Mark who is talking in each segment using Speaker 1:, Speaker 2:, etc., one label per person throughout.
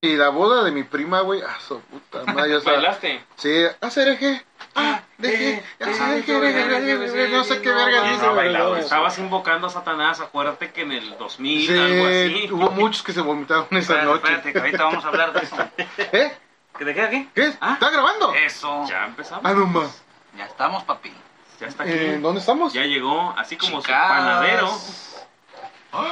Speaker 1: Y la boda de mi prima, güey, a su puta madre. yo estaba-
Speaker 2: Pues ¿Bailaste?
Speaker 1: Sí, acereje, ah,
Speaker 2: eh,
Speaker 1: deje, acereje, deje, no sé qué vergas
Speaker 2: No,
Speaker 1: dice,
Speaker 2: no,
Speaker 1: güey,
Speaker 2: bailaba.
Speaker 1: no,
Speaker 2: Estabas invocando a Satanás, acuérdate que en el 2000, algo
Speaker 1: Sí,
Speaker 2: así.
Speaker 1: hubo muchos que se vomitaron esa
Speaker 3: Espérate,
Speaker 1: noche.
Speaker 3: espérate, que ahorita vamos a hablar de eso.
Speaker 1: ¿Eh?
Speaker 3: ¿Que ¿De qué aquí?
Speaker 1: ¿Qué?
Speaker 3: Ah.
Speaker 1: ¿Está grabando?
Speaker 2: Eh.
Speaker 3: Eso.
Speaker 2: Ya empezamos.
Speaker 1: Ah, no más.
Speaker 3: Ya estamos, papi.
Speaker 2: Ya está aquí.
Speaker 1: Eh, ¿Dónde estamos?
Speaker 2: Ya llegó, así como
Speaker 3: Chicas.
Speaker 2: su panadero.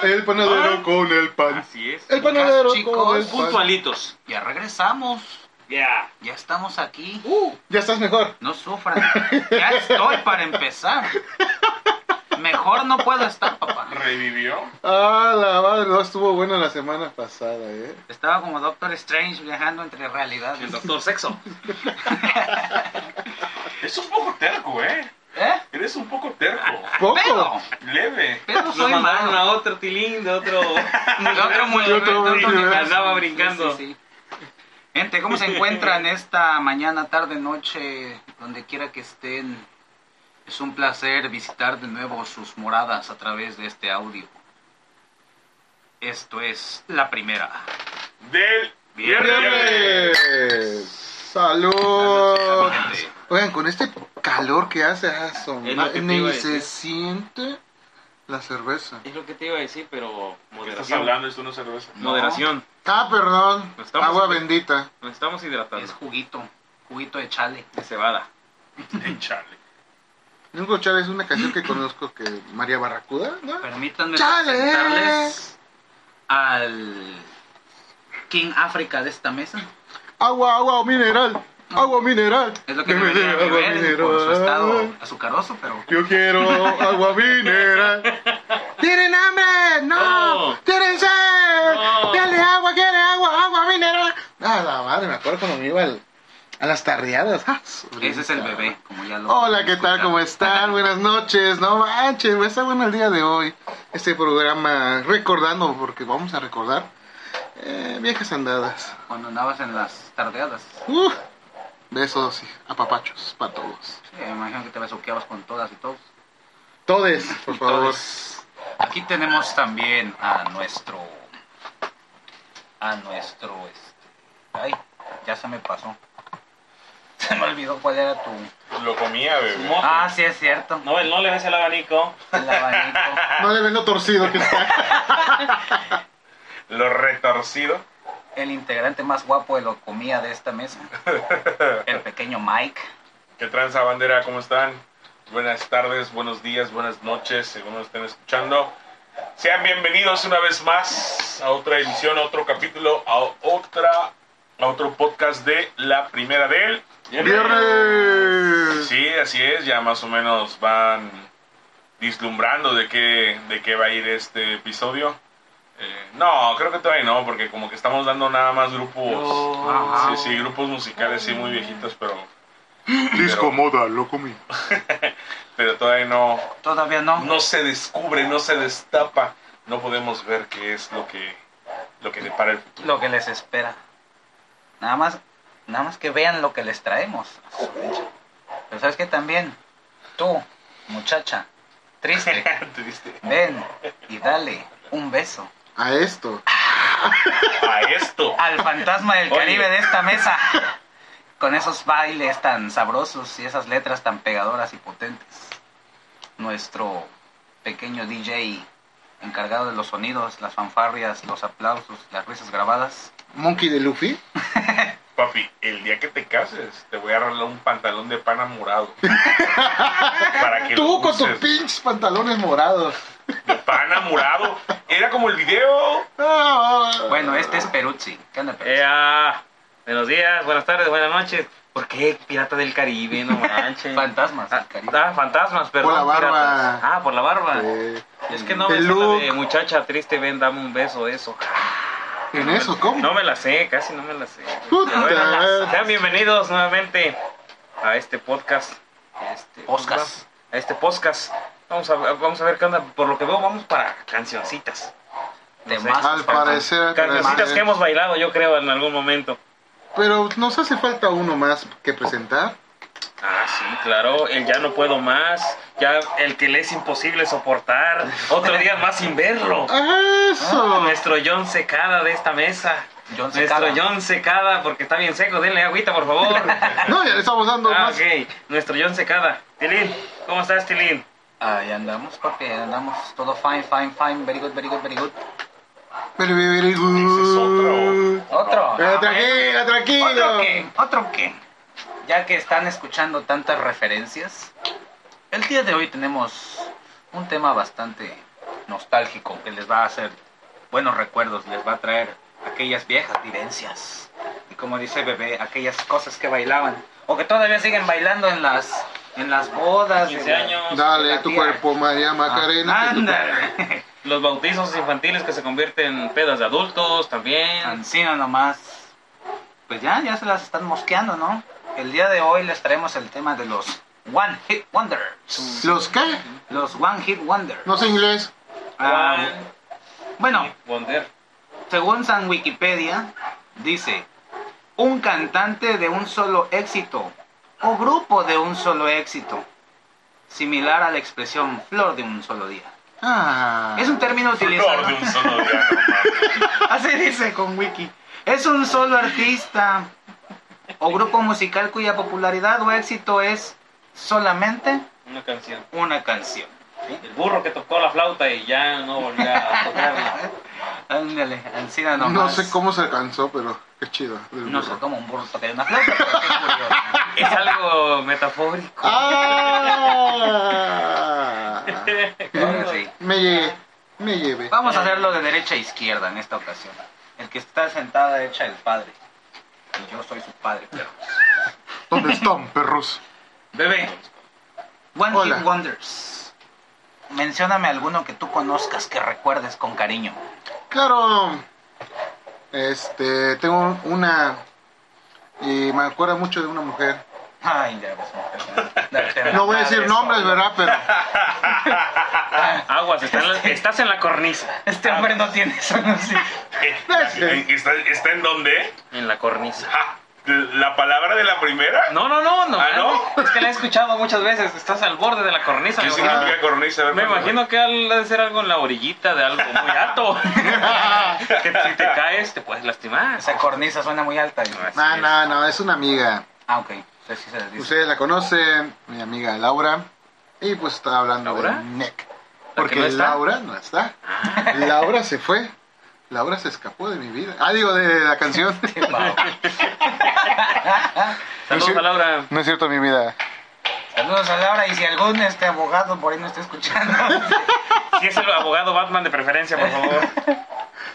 Speaker 1: El panadero
Speaker 2: Ah.
Speaker 1: con el pan.
Speaker 2: Así es.
Speaker 1: El panadero
Speaker 3: Chicos,
Speaker 1: con el pan.
Speaker 2: Puntualitos.
Speaker 3: Ya regresamos.
Speaker 2: Ya.
Speaker 3: Ya estamos aquí.
Speaker 1: Uh, ya estás mejor.
Speaker 3: No sufran. Ya estoy para empezar. Mejor no puedo estar, papá.
Speaker 4: Revivió.
Speaker 1: Ah, la madre, no estuvo buena la semana pasada, eh.
Speaker 3: Estaba como Doctor Strange viajando entre
Speaker 2: El
Speaker 3: realidades.
Speaker 2: doctor sexo.
Speaker 4: Es un poco terco, ¿eh?
Speaker 3: ¿Eh?
Speaker 4: Eres un poco terco.
Speaker 1: Poco.
Speaker 3: Pero,
Speaker 4: Leve.
Speaker 3: pero
Speaker 2: Nos
Speaker 3: soy
Speaker 2: mandaron
Speaker 3: malo.
Speaker 2: a otro tilín, de otro.
Speaker 3: De otro mundo,
Speaker 1: De otro
Speaker 3: de otro
Speaker 1: universo.
Speaker 3: universo.
Speaker 2: Andaba brincando.
Speaker 3: Sí, sí, sí. Gente, ¿cómo se encuentran esta mañana, tarde, noche, donde quiera que estén? Es un placer visitar de nuevo sus moradas a través de este audio. Esto es la primera.
Speaker 4: Del
Speaker 1: Viernes. Salud.
Speaker 3: Gente,
Speaker 1: Oigan, con este calor que hace, ah, su
Speaker 2: Es lo
Speaker 1: madre,
Speaker 2: que te
Speaker 1: ni
Speaker 2: iba a
Speaker 1: se
Speaker 2: decir.
Speaker 1: siente la cerveza.
Speaker 2: Es lo que te iba a decir, pero
Speaker 4: ¿Qué estás
Speaker 2: moderación.
Speaker 4: hablando? Esto no es cerveza.
Speaker 2: Moderación.
Speaker 1: Ah, perdón.
Speaker 2: Nos estamos
Speaker 1: Agua
Speaker 2: aquí.
Speaker 1: bendita.
Speaker 2: Nos estamos
Speaker 3: Es
Speaker 2: hidratando.
Speaker 3: juguito, juguito de chale.
Speaker 2: De cebada.
Speaker 4: Chale.
Speaker 1: Nunca Chávez es una canción que conozco que María Barracuda, ¿no?
Speaker 3: Permítanme
Speaker 1: ¡Chale!
Speaker 3: presentarles al King África de esta mesa.
Speaker 1: Agua, agua mineral. Agua mineral.
Speaker 3: Es lo que
Speaker 1: Deme
Speaker 3: debería
Speaker 1: de agua
Speaker 3: beber por su estado
Speaker 1: mineral.
Speaker 3: azucaroso, pero
Speaker 1: Yo quiero agua mineral. ¡Tienen hambre! ¡No!
Speaker 2: No.
Speaker 1: ¡Tienen sed!
Speaker 2: No.
Speaker 1: ¡Dale agua! ¡Quiere agua! ¡Agua mineral! Ah, la madre, me acuerdo cuando me iba al- a las tarriadas. Ah,
Speaker 3: ese es el bebé, como ya lo
Speaker 1: Hola, ¿qué tal? ¿Cómo están? Buenas noches. No manches, güey, está bueno el día de hoy. Este programa, recordando, porque vamos a recordar eh, viejas andadas.
Speaker 3: Cuando andabas en las tardeadas,
Speaker 1: Uh, besos y apapachos para todos.
Speaker 3: sí, me imagino que te besuqueabas con todas y todos.
Speaker 1: Todes, por favor.
Speaker 3: Aquí tenemos también a nuestro, a nuestro, este, ay, ya se me pasó. Se me olvidó cuál era tu...
Speaker 4: Lo comía, bebé.
Speaker 2: Mo-
Speaker 3: Ah, sí es cierto.
Speaker 2: No, el no le ves el abanico.
Speaker 3: El abanico.
Speaker 1: No le ven lo torcido que está.
Speaker 4: Lo retorcido.
Speaker 3: El integrante más guapo de lo comía de esta mesa. El pequeño Mike.
Speaker 4: ¿Qué tranza bandera? ¿Cómo están? Buenas tardes, buenos días, buenas noches, según nos estén escuchando. Sean bienvenidos una vez más a otra emisión, a otro capítulo, a otra a otro podcast de la primera del.
Speaker 1: ¡Viernes!
Speaker 4: Sí, así es, ya más o menos van vislumbrando de qué, de qué va a ir este episodio. Eh, no, creo que todavía no, porque como que estamos dando nada más grupos.
Speaker 3: Ajá.
Speaker 4: Sí, sí, grupos musicales, sí,
Speaker 1: Mm.
Speaker 4: muy viejitos, pero,
Speaker 1: Discomoda, loco mío.
Speaker 4: pero todavía no,
Speaker 3: Todavía no.
Speaker 4: no se descubre, no se destapa. No podemos ver qué es lo que, lo que depara el futuro.
Speaker 3: Lo que les espera. Nada más, nada más que vean lo que les traemos. Pero sabes que también, tú, muchacha, triste,
Speaker 4: Triste.
Speaker 3: ven y dale un beso
Speaker 1: A esto.
Speaker 4: A esto.
Speaker 3: al fantasma del
Speaker 4: Oye.
Speaker 3: Caribe de esta mesa. Con esos bailes tan sabrosos y esas letras tan pegadoras y potentes. Nuestro pequeño DJ encargado de los sonidos, las fanfarrias, los aplausos, las risas grabadas.
Speaker 1: Monkey de Luffy.
Speaker 4: Papi, el día que te cases, te voy a arreglar un pantalón de pana morado. Para que lo
Speaker 1: Tú con tus
Speaker 4: uses.
Speaker 1: pinches pantalones morados.
Speaker 4: de pana morado. Era como el video.
Speaker 1: Ah,
Speaker 3: Bueno, este es Peruzzi. ¿Qué onda, Peruzzi?
Speaker 2: Eh, ah, buenos días, buenas tardes, buenas noches. ¿Por qué Pirata del Caribe? No manches.
Speaker 3: Fantasmas
Speaker 2: Ah,
Speaker 3: del Caribe.
Speaker 2: ah, fantasmas, perdón.
Speaker 1: la barba.
Speaker 2: piratas. Ah, por la barba.
Speaker 1: Eh,
Speaker 2: Es que no
Speaker 1: El
Speaker 2: me sé la de
Speaker 1: look.
Speaker 2: muchacha triste, ven, dame un beso, eso.
Speaker 1: ¿En eso cómo?
Speaker 2: No me la sé, casi no me la sé.
Speaker 1: Puta.
Speaker 2: Bueno, sean bienvenidos nuevamente a este podcast. Este,
Speaker 3: Podcast.
Speaker 2: A este podcast. Vamos a, vamos a ver qué onda. Por lo que veo, vamos para cancioncitas.
Speaker 3: Temazos,
Speaker 1: Al parecer.
Speaker 2: Cancioncitas
Speaker 1: eh,
Speaker 2: que hemos bailado, yo creo, en algún momento.
Speaker 1: Pero nos hace falta uno más que presentar.
Speaker 2: Ah, sí, claro, el ya no puedo más, ya el que le es imposible soportar, otro día más sin verlo.
Speaker 1: Ah, Eso.
Speaker 2: Nuestro John Secada de esta mesa.
Speaker 3: John
Speaker 2: Nuestro
Speaker 3: Secada.
Speaker 2: John Secada, porque está bien seco, denle agüita, por favor.
Speaker 1: No, ya le estamos dando
Speaker 2: ah,
Speaker 1: más.
Speaker 2: ok, nuestro John Secada. Tilín, ¿cómo estás, Tilín?
Speaker 3: Ahí andamos, papi, ahí andamos. Todo fine, fine, fine. Very good, very good, very good.
Speaker 1: Very, very, very good.
Speaker 4: Ese es otro.
Speaker 3: Otro.
Speaker 1: Eh, tranquilo,
Speaker 3: ¿Otro
Speaker 1: tranquilo.
Speaker 3: qué? ¿Otro qué? Ya que están escuchando tantas referencias, el día de hoy tenemos un tema bastante nostálgico que les va a hacer buenos recuerdos, les va a traer aquellas viejas vivencias. Y como dice Bebé, aquellas cosas que bailaban o que todavía siguen bailando en las en las bodas. de
Speaker 2: 15
Speaker 3: la-
Speaker 2: años.
Speaker 1: Dale
Speaker 3: La
Speaker 1: tu
Speaker 3: tía.
Speaker 1: cuerpo, María
Speaker 3: Ah,
Speaker 1: Macarena.
Speaker 3: ándale.
Speaker 2: Los bautizos infantiles que se convierten en pedas de adultos también.
Speaker 3: Ancina nomás. Pues ya, ya se las están mosqueando, ¿no? El día de hoy les traemos el tema de los One Hit Wonders.
Speaker 1: ¿Los qué?
Speaker 3: Los One Hit Wonders.
Speaker 1: No sé inglés.
Speaker 3: Ah,
Speaker 2: Juan
Speaker 3: bueno,
Speaker 2: Wonder.
Speaker 3: según San Wikipedia, dice, un cantante de un solo éxito o grupo de un solo éxito, similar a la expresión flor de un solo día.
Speaker 1: Ah.
Speaker 3: Es un término utilizado.
Speaker 4: Flor de un solo día, no mames.
Speaker 3: Así dice con Wiki. Es un solo artista o grupo musical cuya popularidad o éxito es solamente
Speaker 2: Una canción.
Speaker 3: una canción.
Speaker 2: El burro que tocó la flauta y ya no volvió a tocarla.
Speaker 3: Ándale, Ancina nomás.
Speaker 1: No sé cómo se alcanzó, pero qué chido.
Speaker 3: No sé cómo un burro toca una flauta, pero qué curioso.
Speaker 2: es algo metafórico.
Speaker 1: ¡Ah!
Speaker 3: Ahora sí.
Speaker 1: me llevé, me llevé.
Speaker 3: Vamos a hacerlo de derecha a izquierda en esta ocasión. El que está sentado a la derecha el padre. Y yo soy su padre, pero...
Speaker 1: ¿Dónde están, perros?
Speaker 3: Bebé. One
Speaker 1: Hola.
Speaker 3: Hit Wonders. Mencióname alguno que tú conozcas, que recuerdes con cariño.
Speaker 1: Claro, este, tengo una, y me acuerdo mucho de una mujer.
Speaker 3: Ay, ya este, ves, mujer, darte
Speaker 1: No voy a
Speaker 3: la
Speaker 1: decir
Speaker 3: madre,
Speaker 1: nombres,
Speaker 3: solo.
Speaker 1: ¿verdad? Pero
Speaker 2: Aguas, está en la- estás en la cornisa.
Speaker 3: Este hombre no tiene eso, no sé.
Speaker 4: Eh, ¿Está, está en dónde?
Speaker 2: En la cornisa.
Speaker 4: Ah, ¿La palabra de la primera?
Speaker 2: No, no, no, no.
Speaker 4: Ah, ¿no?
Speaker 2: Es que la he escuchado muchas veces. Estás al borde de la cornisa.
Speaker 4: Yo
Speaker 2: Me,
Speaker 4: sí no
Speaker 2: imagino-
Speaker 4: fui a Cornice, a ver
Speaker 2: me
Speaker 4: cuál-
Speaker 2: imagino que ha de ser algo en la orillita de algo muy alto. que si te caes te puedes lastimar.
Speaker 3: Esa cornisa suena muy alta. dice.
Speaker 2: Así
Speaker 1: no,
Speaker 2: es.
Speaker 1: no, no, es una amiga.
Speaker 3: Ah, ok. Usted sí se les dice.
Speaker 1: Ustedes la conocen, mi amiga Laura. Y pues estaba hablando
Speaker 2: ¿Laura?
Speaker 1: de Nick.
Speaker 2: que
Speaker 1: Porque
Speaker 2: no está?
Speaker 1: Laura no está. Ah. Laura se fue. Laura se escapó de mi vida. Ah, digo, de la canción.
Speaker 3: Wow.
Speaker 2: Saludos a Laura.
Speaker 1: No es cierto, mi vida.
Speaker 3: Saludos a Laura y si algún este abogado por ahí no está escuchando.
Speaker 2: Si es el abogado Batman de preferencia, por favor.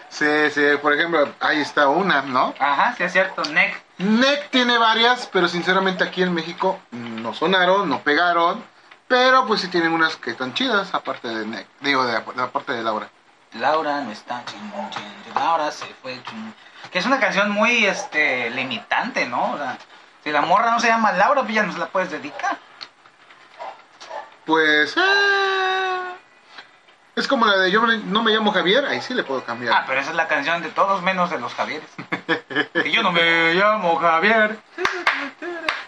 Speaker 1: Sí, sí, por ejemplo, ahí está una, ¿no?
Speaker 3: Ajá, sí es cierto, Nick.
Speaker 1: Nick tiene varias, pero sinceramente aquí en México no sonaron, no pegaron. Pero pues sí tienen unas que están chidas, aparte de Nick. Digo, de, de la parte de Laura.
Speaker 3: Laura no está. chin, chin, Laura se fue. chin. Que es una canción muy este limitante, ¿no? O sea, si la morra no se llama Laura, pues ya nos la puedes dedicar.
Speaker 1: Pues. ah, es como la de Yo me- no me llamo Javier, ahí sí le puedo cambiar.
Speaker 3: Ah, pero esa es la canción de todos menos de los Javieres. Que yo no me llamo Javier.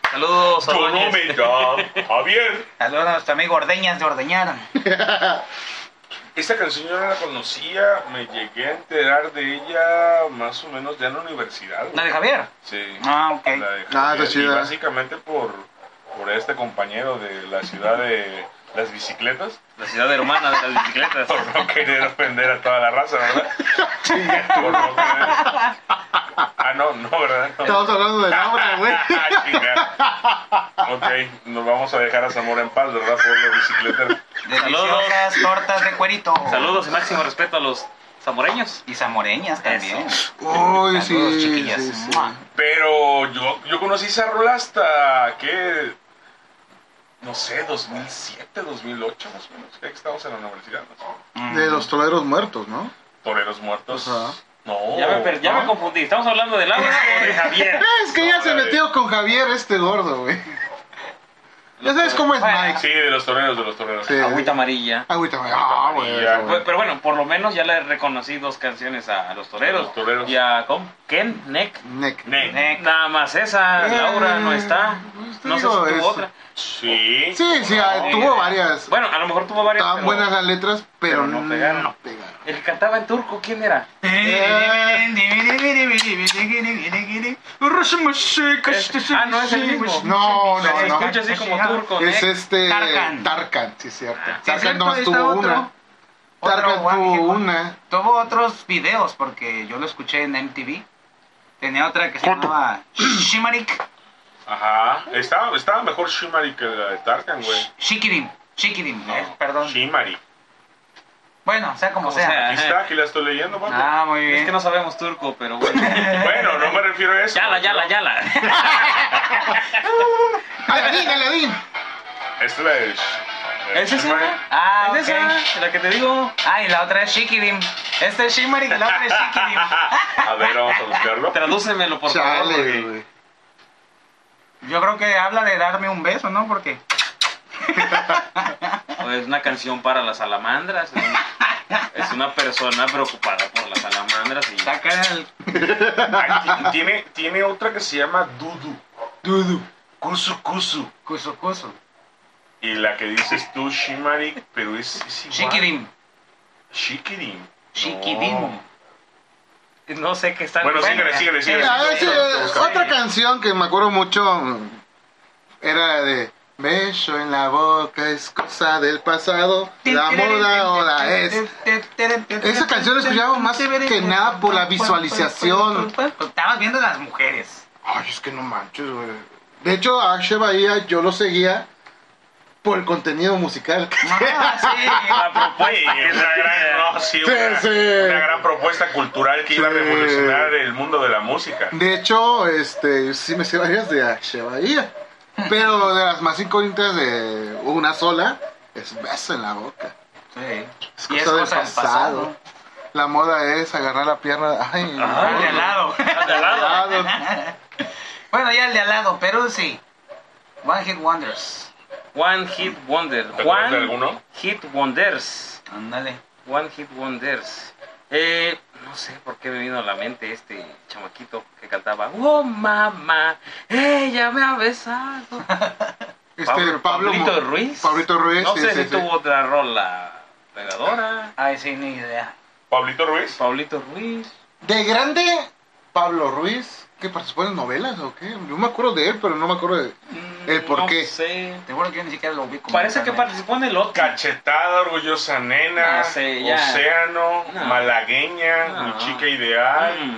Speaker 2: Saludos a
Speaker 4: Yo no me llamo Ah, Javier.
Speaker 3: Saludos a nuestro amigo Ordeñas de Ordeñar.
Speaker 4: Esta canción yo no la conocía, me llegué a enterar de ella más o menos ya en la universidad. güey.
Speaker 3: ¿La de Javier?
Speaker 4: Sí.
Speaker 3: Ah, ok.
Speaker 4: La de
Speaker 1: Ah,
Speaker 4: Javier,
Speaker 1: está chida.
Speaker 4: y básicamente por, por este compañero de la ciudad de las bicicletas,
Speaker 2: La ciudad hermana de las bicicletas.
Speaker 4: por no querer ofender a toda la raza, ¿verdad? Chinga tú. Por no querer. Ah, no, no, ¿verdad? No.
Speaker 1: Estamos hablando de Laura, güey.
Speaker 4: Ah, chinga. ok, nos vamos a dejar a Zamora en paz, ¿verdad? Por la bicicleta.
Speaker 3: Deliciosas tortas de cuerito.
Speaker 2: Saludos y máximo respeto a los zamoreños.
Speaker 3: Y zamoreñas también.
Speaker 1: Uy,
Speaker 3: Saludos,
Speaker 1: sí,
Speaker 3: chiquillas.
Speaker 1: sí, sí.
Speaker 3: Mua.
Speaker 4: Pero yo, yo conocí esa rola hasta que, no sé, 2007, 2008 más o menos. Creo que estábamos en la universidad. más o menos.
Speaker 1: De los toleros muertos, ¿no?
Speaker 4: Toreros muertos.
Speaker 1: Ajá.
Speaker 4: No.
Speaker 2: Ya me, per- ya
Speaker 4: ¿no?
Speaker 2: me confundí. Estamos hablando de Laura o de Javier.
Speaker 1: Es que ya se metió con Javier este gordo, güey. Ya sabes cómo es
Speaker 3: Bueno.
Speaker 1: Mike.
Speaker 4: Sí, de los toreros, de los toreros.
Speaker 1: Sí.
Speaker 2: Agüita amarilla.
Speaker 1: Agüita, güey. Ah, güey.
Speaker 4: Ya,
Speaker 2: Pero,
Speaker 1: güey.
Speaker 3: Pues,
Speaker 2: pero bueno, por lo menos ya le reconocí dos canciones a los toreros.
Speaker 4: A los toreros.
Speaker 2: Y a ¿cómo? Ken, Nick.
Speaker 1: Nick.
Speaker 3: pues,
Speaker 4: Nick.
Speaker 3: Nick.
Speaker 2: Nada más esa,
Speaker 1: Eh,
Speaker 2: Laura no está.
Speaker 1: pues te
Speaker 2: No sé si
Speaker 1: digo,
Speaker 2: tuvo
Speaker 1: es-
Speaker 2: otra.
Speaker 4: Sí.
Speaker 1: Sí, sí, ah,
Speaker 2: Sí,
Speaker 1: tuvo
Speaker 2: eh,
Speaker 1: varias.
Speaker 2: Bueno, a lo mejor tuvo varias.
Speaker 1: Estaban
Speaker 2: pero
Speaker 1: buenas las letras, pero,
Speaker 2: pero no
Speaker 1: no
Speaker 2: pegaron.
Speaker 1: pegaron.
Speaker 2: El que cantaba en turco, ¿quién era?
Speaker 3: Eh.
Speaker 2: Ah, no, es el mismo.
Speaker 1: No, no,
Speaker 2: Se
Speaker 1: no.
Speaker 2: escucha así como turco,
Speaker 1: Es
Speaker 2: ¿eh?
Speaker 1: este.
Speaker 3: Tarkan.
Speaker 1: Tarkan, sí, cierto.
Speaker 2: Ah,
Speaker 3: Sí, es
Speaker 1: Tarkan
Speaker 3: cierto,
Speaker 1: nomás
Speaker 3: ahí
Speaker 1: tuvo
Speaker 3: está otro.
Speaker 1: una.
Speaker 3: Otro
Speaker 1: Tarkan
Speaker 3: One Hit
Speaker 1: tuvo
Speaker 3: Wonder.
Speaker 1: una.
Speaker 3: Tuvo otros videos porque yo lo escuché en MTV. Tenía otra que se
Speaker 1: Corto.
Speaker 3: llamaba Shimarik
Speaker 4: Ajá. Estaba, estaba mejor Shimari que la de Tarkan, güey.
Speaker 3: Shikirim. Shikirim, eh, perdón.
Speaker 4: Shimari.
Speaker 3: Bueno, sea como
Speaker 2: Como
Speaker 3: sea.
Speaker 2: sea.
Speaker 4: Aquí está, aquí la estoy leyendo, papi.
Speaker 3: Ah, muy bien.
Speaker 2: Es que no sabemos turco, pero bueno.
Speaker 4: Bueno, no me refiero a eso.
Speaker 2: Yala, yala, yala.
Speaker 1: Aladín, Aladín.
Speaker 4: Esta es la de. eh,
Speaker 2: ¿Es esa?
Speaker 3: Ah,
Speaker 2: ¿Es
Speaker 3: ok.
Speaker 2: esa? La que te digo.
Speaker 3: Ah, y la otra es Shikirim. Esta es Shimarik y la otra es Shikirim.
Speaker 4: A ver, vamos a buscarlo.
Speaker 2: Tradúcemelo, por favor.
Speaker 1: Chale,
Speaker 2: porque-
Speaker 1: güey.
Speaker 3: Yo creo que habla de darme un beso, ¿no? Porque
Speaker 2: O pues, Es una canción para las salamandras. Es una- Es una persona preocupada por las salamandras. Y...
Speaker 3: saca el...
Speaker 4: Ah, Tiene, tiene otra que se llama Dudu. Dudu. Kusu Kusu.
Speaker 3: Kusu Kusu.
Speaker 4: Y la que dices tú, Shimari, pero es, es igual.
Speaker 3: Shikirim.
Speaker 4: Shikirim. No.
Speaker 3: Shikirim.
Speaker 2: Oh. No sé qué están
Speaker 4: Bueno,
Speaker 3: sí,
Speaker 4: síguele, síguele, síguele.
Speaker 1: Ah, es, eh,
Speaker 4: Sí.
Speaker 1: otra canción que me acuerdo mucho mm, era la de Beso en la boca es cosa del pasado, la moda ahora es. Esa canción la escuchaba más que nada por la visualización.
Speaker 3: Estabas viendo las mujeres.
Speaker 1: Ay, es que no manches, güey. De hecho, a Akshay Bahía yo lo seguía por el contenido musical.
Speaker 3: Ah, sí.
Speaker 2: La propuesta
Speaker 4: Oye,
Speaker 2: que
Speaker 4: una gran, no, sí,
Speaker 1: Sí,
Speaker 4: una,
Speaker 1: sí.
Speaker 4: una gran propuesta cultural que iba a
Speaker 1: Sí.
Speaker 4: revolucionar el mundo de la música.
Speaker 1: De hecho, este, sí me sé varias de Akshay Bahía. Pero de las más incógnitas de una sola es Beso en la boca.
Speaker 3: Sí. Y es
Speaker 1: cosa del
Speaker 3: cosa del pasado.
Speaker 1: La moda es agarrar la pierna. Ay,
Speaker 2: Ajá.
Speaker 3: Al de al lado.
Speaker 2: están de
Speaker 1: Ah,
Speaker 2: lado.
Speaker 3: Bueno, ya el de al lado, pero sí. One Hit Wonders.
Speaker 2: One Hit Wonder.
Speaker 4: ¿Te acuerdas
Speaker 2: One
Speaker 4: de alguno?
Speaker 2: Hit Wonders.
Speaker 3: Ándale.
Speaker 2: One Hit Wonders. Eh, no sé por qué me vino a la mente este chamaquito que cantaba. Oh, mamá, ella me ha besado.
Speaker 1: Este, Pablo,
Speaker 2: Pablito
Speaker 1: Mo-
Speaker 2: Ruiz.
Speaker 1: Pablito Ruiz,
Speaker 2: No
Speaker 1: sí,
Speaker 2: sé
Speaker 1: sí,
Speaker 2: si
Speaker 1: sí.
Speaker 2: tuvo otra rola pegadora.
Speaker 3: Ay, sí, ni idea.
Speaker 4: Pablito Ruiz.
Speaker 2: Pablito Ruiz.
Speaker 1: De grande, Pablo Ruiz, que participó en novelas o qué. Yo me acuerdo de él, pero no me acuerdo de.
Speaker 2: Mm,
Speaker 1: ¿El por
Speaker 2: no
Speaker 1: qué?
Speaker 2: sé.
Speaker 3: Te juro que yo ni siquiera lo ubico.
Speaker 2: Parece que participó en el otro.
Speaker 4: Cachetada, orgullosa nena,
Speaker 2: No sé, ya.
Speaker 4: océano,
Speaker 2: No.
Speaker 4: malagueña,
Speaker 2: No.
Speaker 4: mi chica ideal.
Speaker 2: Mm.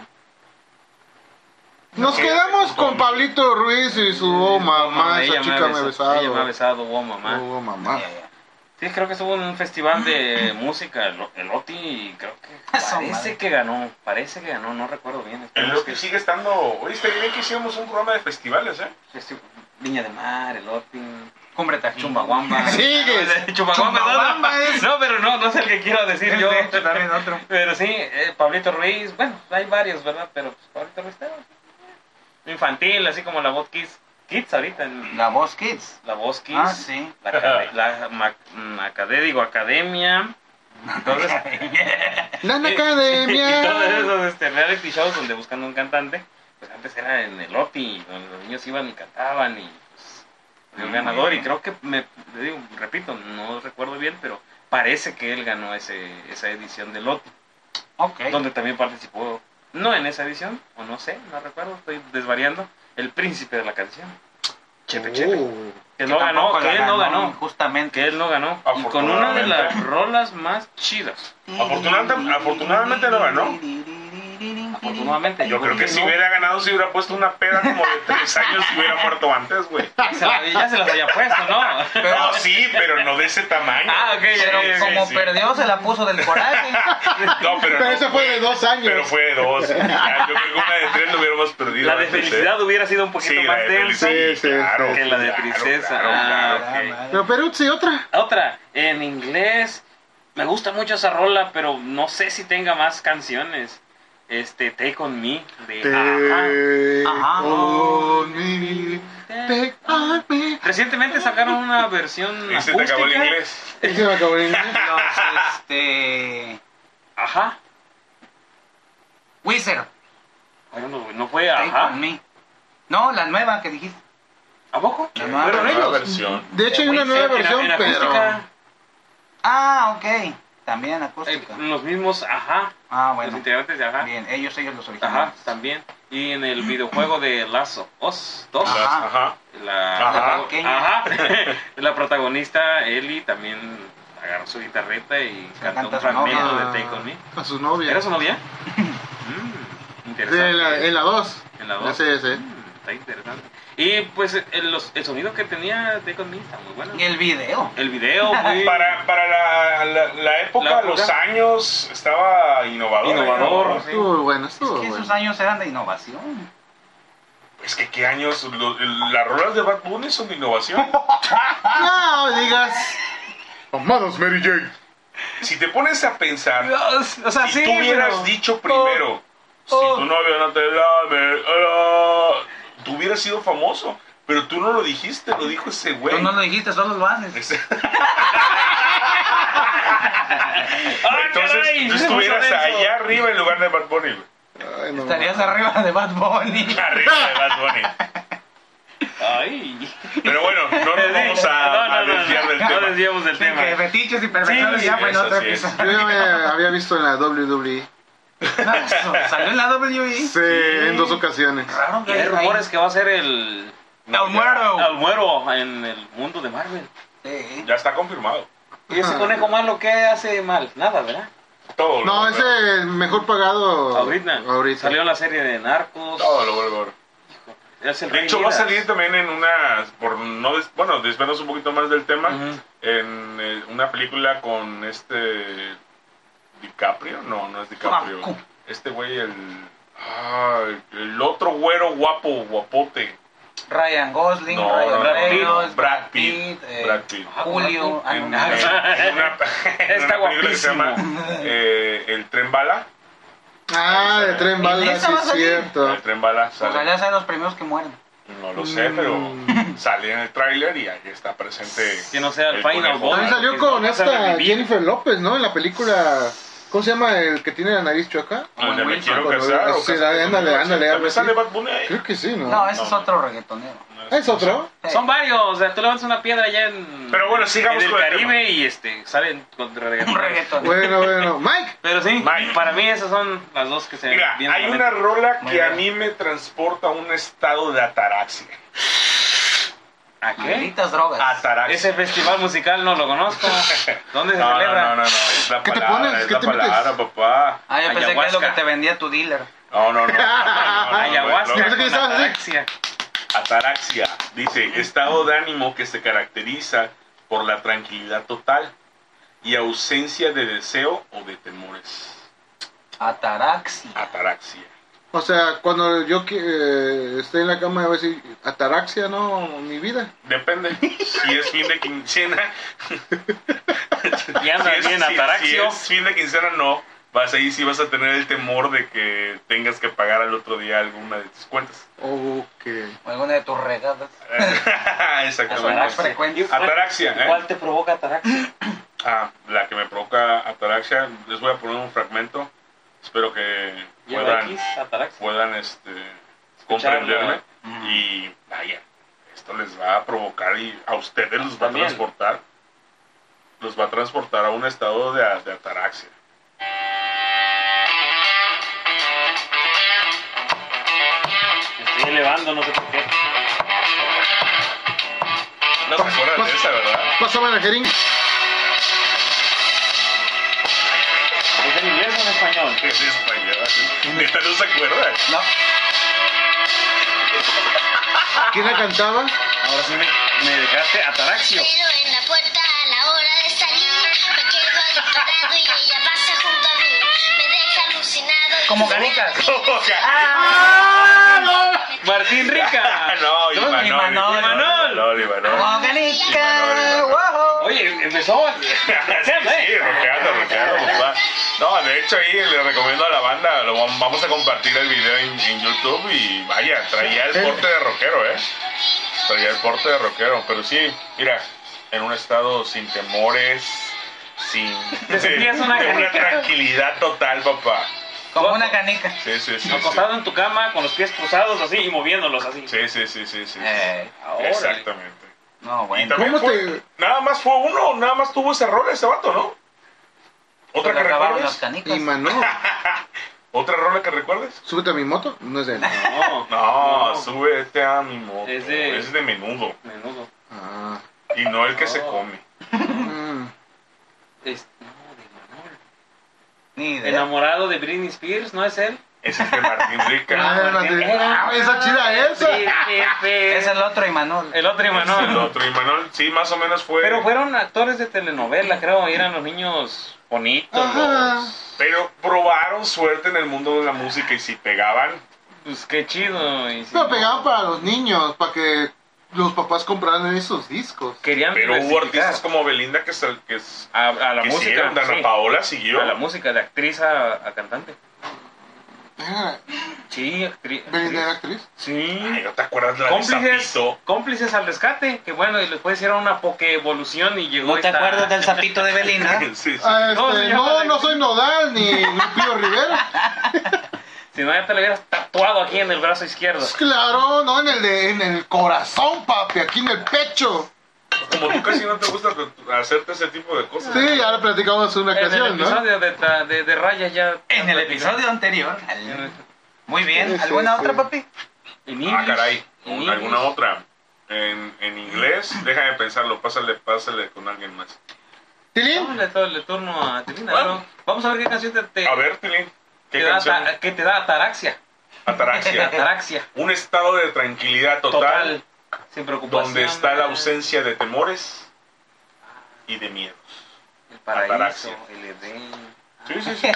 Speaker 1: Nos
Speaker 4: No,
Speaker 1: quedamos
Speaker 4: no,
Speaker 1: con
Speaker 4: no.
Speaker 1: Pablito Ruiz y su oh, mamá,
Speaker 2: Ella
Speaker 1: esa chica me ha
Speaker 2: besado, Ella me ha
Speaker 1: besado.
Speaker 2: besado, oh, mamá.
Speaker 1: Oh, mamá.
Speaker 2: Sí, creo que estuvo en un festival de música, el, el OTI, y creo que
Speaker 3: Ah, Su
Speaker 2: parece
Speaker 3: madre.
Speaker 2: que ganó, parece que ganó, no recuerdo bien.
Speaker 4: En
Speaker 2: esperemos
Speaker 4: lo que sigue estando. Oye, estaría bien que hiciéramos un programa de festivales, ¿eh?
Speaker 2: Este- Viña de Mar, el OTI,
Speaker 3: Cumbre Tajín.
Speaker 2: Chumbawamba.
Speaker 1: Sigues.
Speaker 2: No, Chumbawamba,
Speaker 3: Chumbawamba
Speaker 2: no, no,
Speaker 3: es-
Speaker 2: no, pero no, no es el que quiero decir yo.
Speaker 3: De hecho, también otro.
Speaker 2: Pero sí, eh, Pablito Ruiz, bueno, hay varios, ¿verdad? Pero pues, Pablito Ruiz está infantil, así como la voz Kids, Kids ahorita, en-
Speaker 3: La Voz Kids.
Speaker 2: la voz Kids.
Speaker 3: Ah, sí.
Speaker 2: La, acade- la ma- mm, acade- digo, academia. Entonces,
Speaker 1: La
Speaker 2: Eh, y todos
Speaker 1: academia.
Speaker 2: esos este, reality shows donde buscando un cantante, pues antes era en el OTI, donde los niños iban y cantaban y pues, dio el ganador. Y creo que, me, le digo, repito, no recuerdo bien, pero parece que él ganó ese, esa edición del OTI,
Speaker 3: Ok.
Speaker 2: donde también participó, no en esa edición, o no sé, no recuerdo, estoy desvariando, el príncipe de la canción. Chepe Chepe.
Speaker 1: Oh.
Speaker 2: Que no ganó,
Speaker 3: tampoco
Speaker 2: que
Speaker 3: la
Speaker 2: él no ganó
Speaker 3: Justamente.
Speaker 2: que él no ganó. Y con una de las rolas más chidas.
Speaker 4: Afortunadamente- afortunadamente no ganó.
Speaker 2: Afortunadamente.
Speaker 4: Yo creo que si
Speaker 2: no.
Speaker 4: hubiera ganado, se hubiera puesto una peda como de tres años y hubiera muerto antes, güey.
Speaker 2: Ya se, la- ya se las había puesto, ¿no?
Speaker 3: Pero-
Speaker 4: no, sí, pero no de ese tamaño.
Speaker 2: Ah, ok, ya,
Speaker 4: Sí,
Speaker 2: ya,
Speaker 4: sí,
Speaker 2: ya.
Speaker 3: Como
Speaker 4: sí.
Speaker 3: perdió, se la puso del coraje.
Speaker 4: No, pero,
Speaker 1: Pero
Speaker 4: no,
Speaker 1: esa fue de dos años.
Speaker 4: pero fue de dos. Ya, yo creo que una de tres lo hubiéramos perdido.
Speaker 2: La de
Speaker 4: antes, ¿eh?
Speaker 2: felicidad hubiera sido un poquito
Speaker 4: Sí, la
Speaker 2: más
Speaker 4: de
Speaker 2: densa.
Speaker 4: felicidad.
Speaker 1: Sí, sí,
Speaker 4: claro,
Speaker 2: que la de
Speaker 4: claro,
Speaker 2: tristeza.
Speaker 4: claro,
Speaker 2: Ah,
Speaker 4: claro.
Speaker 2: ok.
Speaker 1: Pero Peruzzi, otra.
Speaker 2: Otra, en inglés. Me gusta mucho esa rola, pero no sé si tenga más canciones. Este, Take On Me, de Ajá.
Speaker 1: Te
Speaker 3: Ajá.
Speaker 1: on me, te on me.
Speaker 2: Recientemente sacaron una versión
Speaker 4: Y se te acabó el
Speaker 2: acústica.
Speaker 4: inglés.
Speaker 1: Y se me acabó el inglés.
Speaker 3: Los, pues, este.
Speaker 2: Ajá.
Speaker 3: Wizard.
Speaker 2: Bueno, no fue
Speaker 3: Take
Speaker 2: Ajá.
Speaker 3: on me. No, la nueva que dijiste.
Speaker 2: ¿A poco?
Speaker 3: La nueva
Speaker 2: ¿Fueron
Speaker 4: Nueva
Speaker 2: ellos?
Speaker 4: versión.
Speaker 1: De hecho, hay
Speaker 2: Güey,
Speaker 1: una nueva
Speaker 2: en- en
Speaker 1: versión, pero.
Speaker 2: acústica,
Speaker 3: Ah, ok. También
Speaker 2: eh,
Speaker 3: acústica.
Speaker 2: los mismos, ajá,
Speaker 3: Ah,
Speaker 2: los
Speaker 3: bueno.
Speaker 2: integrantes de ajá,
Speaker 3: Bien, ellos, ellos los
Speaker 2: ajá,
Speaker 3: originales.
Speaker 2: también. Y en el videojuego de Lazo, Os, dos,
Speaker 4: Las-
Speaker 3: Ajá.
Speaker 4: ajá.
Speaker 2: la,
Speaker 4: Ajá.
Speaker 2: la-
Speaker 3: Pequeña.
Speaker 2: ajá. la protagonista Ellie también agarró su guitarreta y cantó
Speaker 3: canta
Speaker 2: un
Speaker 3: su novia.
Speaker 2: fragmento de Take On Me.
Speaker 1: A su novia.
Speaker 2: ¿Era su novia? Mm, interesante.
Speaker 1: De la- en la 2.
Speaker 2: En la
Speaker 1: La
Speaker 2: dos.
Speaker 1: CS.
Speaker 2: Mm, está interesante. Y pues el, los- el sonido que tenía Take On Me está muy bueno.
Speaker 3: Y el video.
Speaker 2: El video muy
Speaker 4: Para, para la, la- la época,
Speaker 2: La época.
Speaker 4: los años, estaba innovador. ¿eh?
Speaker 2: innovador.
Speaker 4: ¿no?
Speaker 2: sí.
Speaker 1: Estuvo bueno,
Speaker 3: Es
Speaker 1: estuvo
Speaker 3: que esos
Speaker 1: bueno.
Speaker 3: años eran de innovación.
Speaker 4: Es que qué años, Lo- el- las rolas de Bad Bunny son de innovación.
Speaker 1: No digas. Amados Mary Jane.
Speaker 4: Si te pones a pensar,
Speaker 3: O sea,
Speaker 4: si tú hubieras dicho primero,
Speaker 3: oh.
Speaker 4: si tu novio no te lame, ah, tú hubieras sido famoso. Pero tú no lo dijiste, lo dijo ese güey.
Speaker 3: Tú no lo dijiste, solo lo haces.
Speaker 4: Ese-
Speaker 2: ¡Ah,
Speaker 4: Entonces
Speaker 2: caray!
Speaker 4: tú estuvieras
Speaker 2: Vamos a ver eso.
Speaker 4: allá arriba en lugar de Bad Bunny. güey.
Speaker 1: Ay, no.
Speaker 3: Estarías arriba de Bad Bunny.
Speaker 4: Arriba de Bad Bunny.
Speaker 2: Ay.
Speaker 4: Pero bueno, no nos vamos a, a desviar del
Speaker 2: no
Speaker 4: tema.
Speaker 2: desviamos del
Speaker 3: Sí,
Speaker 2: tema.
Speaker 3: que fetiches y perfecciones
Speaker 4: Sí,
Speaker 3: ya
Speaker 4: sí,
Speaker 3: fue en
Speaker 4: eso
Speaker 3: otro
Speaker 4: sí es.
Speaker 1: Yo
Speaker 3: episodio.
Speaker 1: ya me había visto en la E. WWE.
Speaker 3: No, eso, Salió en la WWE.
Speaker 1: Sí, en dos ocasiones.
Speaker 3: Raro
Speaker 2: Y
Speaker 3: que
Speaker 2: hay
Speaker 3: haya
Speaker 2: rumores
Speaker 3: ahí.
Speaker 2: que va a ser el
Speaker 4: No,
Speaker 3: El
Speaker 4: ya-
Speaker 3: muero.
Speaker 2: al muero en el mundo de Marvel.
Speaker 3: Sí.
Speaker 4: Ya está confirmado.
Speaker 2: ¿Y ese conejo malo qué hace mal? Nada, ¿verdad?
Speaker 4: Todo lo
Speaker 1: No,
Speaker 4: vuelve a ver.
Speaker 1: ese mejor pagado.
Speaker 2: Ahorita.
Speaker 1: Ahorita.
Speaker 2: Salió la serie de Narcos.
Speaker 4: Todo lo vuelve a ver.
Speaker 2: Es el
Speaker 4: De
Speaker 2: Rey
Speaker 4: hecho, va a
Speaker 2: Midas.
Speaker 4: salir también en una. Por no des- bueno, desviarnos un poquito más del tema.
Speaker 2: Ujú.
Speaker 4: En eh, una película con este. ¿DiCaprio? No, no es DiCaprio.
Speaker 3: Ah, cu-
Speaker 4: Este güey, el. ah, el otro güero guapo, guapote.
Speaker 3: Ryan Gosling,
Speaker 4: No,
Speaker 3: Ryan
Speaker 2: Brad Pitt.
Speaker 3: Reynolds,
Speaker 4: Brad Pitt.
Speaker 3: eh,
Speaker 4: Brad Pitt.
Speaker 3: Julio. ah,
Speaker 2: En
Speaker 3: no,
Speaker 2: una-
Speaker 3: no, no.
Speaker 4: En una, en
Speaker 2: Está
Speaker 4: una película que se
Speaker 2: guapísimo.
Speaker 4: llama eh, El Tren Bala.
Speaker 1: Ah, de tren
Speaker 3: ¿Y
Speaker 1: bala,
Speaker 3: esa
Speaker 1: sí
Speaker 3: va a
Speaker 1: es
Speaker 3: salir?
Speaker 1: cierto.
Speaker 4: El Tren Bala
Speaker 3: Pues
Speaker 4: sale.
Speaker 3: allá sean los primeros que mueren.
Speaker 4: No lo sé, pero
Speaker 1: Mm.
Speaker 4: sale en el tráiler y ahí está presente.
Speaker 2: Que no sea el final
Speaker 4: conejo.
Speaker 2: boss.
Speaker 1: También salió
Speaker 2: que
Speaker 1: con
Speaker 2: no vas a
Speaker 1: esta
Speaker 2: revivir.
Speaker 1: Jennifer López, ¿no? En la película. ¿Cómo se llama el que tiene la nariz chueca?
Speaker 4: Ah, ¿de me
Speaker 3: Wilson,
Speaker 4: quiero
Speaker 1: pero-
Speaker 4: casar. o
Speaker 1: sí,
Speaker 4: cásate
Speaker 1: ándale,
Speaker 4: conmigo?
Speaker 1: ándale,
Speaker 4: ¿También
Speaker 1: algo así.
Speaker 4: sale Bad Bunny ahí?
Speaker 1: Creo que sí, ¿no?
Speaker 3: No, ese
Speaker 4: no,
Speaker 3: es
Speaker 4: no.
Speaker 3: otro reggaetonero.
Speaker 1: ¿Es otro?
Speaker 3: Sí.
Speaker 2: Son varios, o sea, tú levantas una piedra allá en.
Speaker 4: Pero bueno, sigamos
Speaker 2: en el
Speaker 4: con el
Speaker 2: Caribe y este, salen contra
Speaker 3: Un reggaetonero.
Speaker 1: Bueno, bueno. Mike.
Speaker 2: Pero sí,
Speaker 4: Mike.
Speaker 2: para mí esas son las dos que se
Speaker 4: Mira,
Speaker 2: vienen
Speaker 4: hay
Speaker 2: a la
Speaker 4: una
Speaker 2: mente.
Speaker 4: rola
Speaker 3: Muy
Speaker 4: que a
Speaker 3: bien.
Speaker 4: mí me transporta a un estado de ataraxia.
Speaker 2: ¿A qué?
Speaker 3: Malditas drogas.
Speaker 2: Ese
Speaker 4: Ataraxia.
Speaker 2: festival musical no lo conozco. ¿Dónde se
Speaker 4: No, no,
Speaker 2: celebra?
Speaker 4: no, no, no, es la
Speaker 1: ¿Qué te
Speaker 4: palabra,
Speaker 1: pones?
Speaker 4: es
Speaker 1: ¿Qué
Speaker 4: la
Speaker 1: te metes?
Speaker 4: palabra, papá.
Speaker 3: Ah, yo pensé que es lo que
Speaker 2: Ayahuasca.
Speaker 3: te vendía tu dealer.
Speaker 4: No, no, no. no, no, no, no,
Speaker 2: Ayahuasca.
Speaker 4: no, no.
Speaker 1: Pensé que
Speaker 2: con
Speaker 1: estabas así.
Speaker 2: ataraxia.
Speaker 4: Ataraxia dice, estado de ánimo que se caracteriza por la tranquilidad total y ausencia de deseo o de temores.
Speaker 3: Ataraxia.
Speaker 4: Ataraxia.
Speaker 1: O sea, cuando yo qui- eh, esté en la cama, voy a decir, ataraxia, ¿no? Mi vida.
Speaker 4: Depende. Si es fin de quincena.
Speaker 2: Y anda
Speaker 4: si es-
Speaker 2: bien
Speaker 4: si-
Speaker 2: ataraxio.
Speaker 4: Si es fin de quincena, no. Vas ahí si vas a tener el temor de que tengas que pagar al otro día alguna de tus cuentas.
Speaker 1: Ok.
Speaker 3: O alguna de tus regadas. Ataraxia
Speaker 4: Exactamente.
Speaker 3: frecuente.
Speaker 4: Ataraxia, ¿eh?
Speaker 2: ¿Cuál te provoca ataraxia?
Speaker 4: Ah, la que me provoca ataraxia. Les voy a poner un fragmento. Espero que
Speaker 2: Lleva
Speaker 4: puedan,
Speaker 2: X, ataraxia.
Speaker 4: puedan este,
Speaker 2: Escucharlo.
Speaker 4: comprenderme.
Speaker 3: Ujú.
Speaker 4: Y vaya, esto les va a provocar y a ustedes los va
Speaker 2: También.
Speaker 4: a transportar. Los va a transportar a un estado de, de ataraxia.
Speaker 2: Me Estoy elevando, no sé por qué.
Speaker 4: No se acuerdan de esa, ¿verdad?
Speaker 1: Pásame la jeringa.
Speaker 2: ¿Es en inglés o en español?
Speaker 4: Es española. Neta, no se acuerda.
Speaker 3: No,
Speaker 1: ¿Quién la cantaba?
Speaker 2: Ahora sí me, me dejaste ataraxio.
Speaker 5: Pero en la puerta a la hora de salir me quedo ahí parado y ella pasa junto a mí. Me deja alucinado. y
Speaker 3: como
Speaker 5: se me
Speaker 3: canicas.
Speaker 2: Ah, Martín Rica.
Speaker 4: No, Imanol.
Speaker 3: Imanol.
Speaker 4: Imanol, Ah,
Speaker 3: Como
Speaker 4: Imanol.
Speaker 3: canicas. wow.
Speaker 2: Oye, empezó.
Speaker 4: Sí, sí, roqueando, roqueando, papá. No, de hecho ahí le recomiendo a la banda, lo vam- vamos a compartir el video en, en YouTube y vaya, traía el porte de rockero, ¿eh? Traía el porte de rockero, pero sí, mira, en un estado sin temores, sin...
Speaker 2: Te sentías una
Speaker 4: de
Speaker 2: canica.
Speaker 4: tranquilidad total, papá.
Speaker 3: Como una canica.
Speaker 4: Sí, sí, sí. sí.
Speaker 2: Acostado en tu cama con los pies cruzados así y moviéndolos así.
Speaker 4: Sí, sí, sí, sí, sí.
Speaker 3: Eh,
Speaker 2: Ahora.
Speaker 4: Exactamente.
Speaker 3: no,
Speaker 4: Y
Speaker 3: bueno.
Speaker 4: también
Speaker 1: ¿Cómo
Speaker 4: fue-
Speaker 1: te-
Speaker 4: Nada más fue uno, nada más tuvo ese rol ese vato, ¿no? ¿Otra
Speaker 3: Le
Speaker 4: que
Speaker 3: acabaron las
Speaker 4: recuerdes?
Speaker 3: canicas.
Speaker 1: Y Manolo,
Speaker 4: ¿Otra rola que recuerdes?
Speaker 1: súbete a mi moto. No es de él.
Speaker 2: No,
Speaker 4: No, súbete a mi moto.
Speaker 2: Es de-
Speaker 4: Es de menudo.
Speaker 2: Menudo.
Speaker 1: Ah,
Speaker 4: Y no el que se
Speaker 2: No.
Speaker 4: come.
Speaker 1: mm.
Speaker 2: Es- no, de Manolo.
Speaker 3: Ni idea.
Speaker 2: Enamorado de Britney Spears, ¿no es él?
Speaker 4: Ese es de Martín
Speaker 1: Ah,
Speaker 4: Rica.
Speaker 2: Ah,
Speaker 1: Martín.
Speaker 2: era.
Speaker 1: Ah, esa chida esa.
Speaker 2: Sí, jefe.
Speaker 3: Es el otro Imanol.
Speaker 2: El otro
Speaker 4: No, el
Speaker 2: Imanol.
Speaker 4: otro. Y Manuel, sí, más o menos fue.
Speaker 2: Pero fueron actores de telenovela, creo. y Eran los niños bonitos.
Speaker 1: Ajá.
Speaker 2: los-
Speaker 4: Pero probaron suerte en el mundo de la música y si pegaban,
Speaker 2: Pues qué chido. y sí.
Speaker 1: Pero pegaban para los niños, para que los papás compraran esos discos.
Speaker 2: Querían
Speaker 4: pero hubo
Speaker 2: diversificar
Speaker 4: artistas como Belinda que, sal- que, s-
Speaker 2: a, a la
Speaker 4: que
Speaker 2: música.
Speaker 4: siguieron, Dana
Speaker 2: sí,
Speaker 4: Paola siguió.
Speaker 2: a la música, de actriz a, a cantante.
Speaker 1: Era-
Speaker 2: Sí, actri-
Speaker 1: Belinda era
Speaker 2: actriz.
Speaker 1: actriz.
Speaker 2: Sí.
Speaker 4: Ay, ¿no te acuerdas la de
Speaker 2: Cómplices,
Speaker 4: Zapito?
Speaker 2: cómplices al rescate, que bueno, y después hicieron una pokeevolución y llegó
Speaker 3: ¿No te
Speaker 2: esta-
Speaker 3: acuerdas del sapito de Belinda?
Speaker 4: Sí, sí.
Speaker 1: Ah,
Speaker 2: ¿Cómo se
Speaker 1: este,
Speaker 2: llama
Speaker 1: no,
Speaker 2: la-
Speaker 1: no soy Nodal ni Lupillo Rivera.
Speaker 2: Si no, ya te lo hubieras tatuado aquí en el brazo izquierdo.
Speaker 1: Pues claro, no en el de, en el corazón, papi, aquí en el pecho.
Speaker 4: Como tú casi no te gusta t- hacerte ese tipo de cosas.
Speaker 1: eh. Sí, ya lo platicamos en una
Speaker 2: En el
Speaker 1: ocasión, ¿no?
Speaker 2: episodio de, ta- de, de Raya ya...
Speaker 3: En el episodio anterior. Muy bien.
Speaker 1: Sí,
Speaker 3: ¿Alguna
Speaker 1: sí,
Speaker 3: otra,
Speaker 1: sí.
Speaker 3: papi?
Speaker 2: En
Speaker 4: Ah,
Speaker 2: English,
Speaker 4: caray.
Speaker 2: en
Speaker 4: Un-
Speaker 2: English.
Speaker 4: ¿Alguna otra? En, en inglés, déjame pensarlo, pásale, pásale con alguien más.
Speaker 1: Tilín,
Speaker 2: Vamos a le turno a Tilina,
Speaker 4: Bueno.
Speaker 2: ¿no? Vamos a ver qué canción te, te-
Speaker 4: A ver, Tilín, ¿qué
Speaker 2: te da
Speaker 4: canción?
Speaker 2: ta- que te da ataraxia.
Speaker 4: Ataraxia.
Speaker 2: Ataraxia.
Speaker 4: Un estado de tranquilidad
Speaker 2: Total.
Speaker 4: total,
Speaker 2: Sin preocupación.
Speaker 4: donde está la ausencia de temores y de miedos.
Speaker 2: El paraíso,
Speaker 4: Ataraxia.
Speaker 2: el Edén.
Speaker 4: Sí, sí, sí.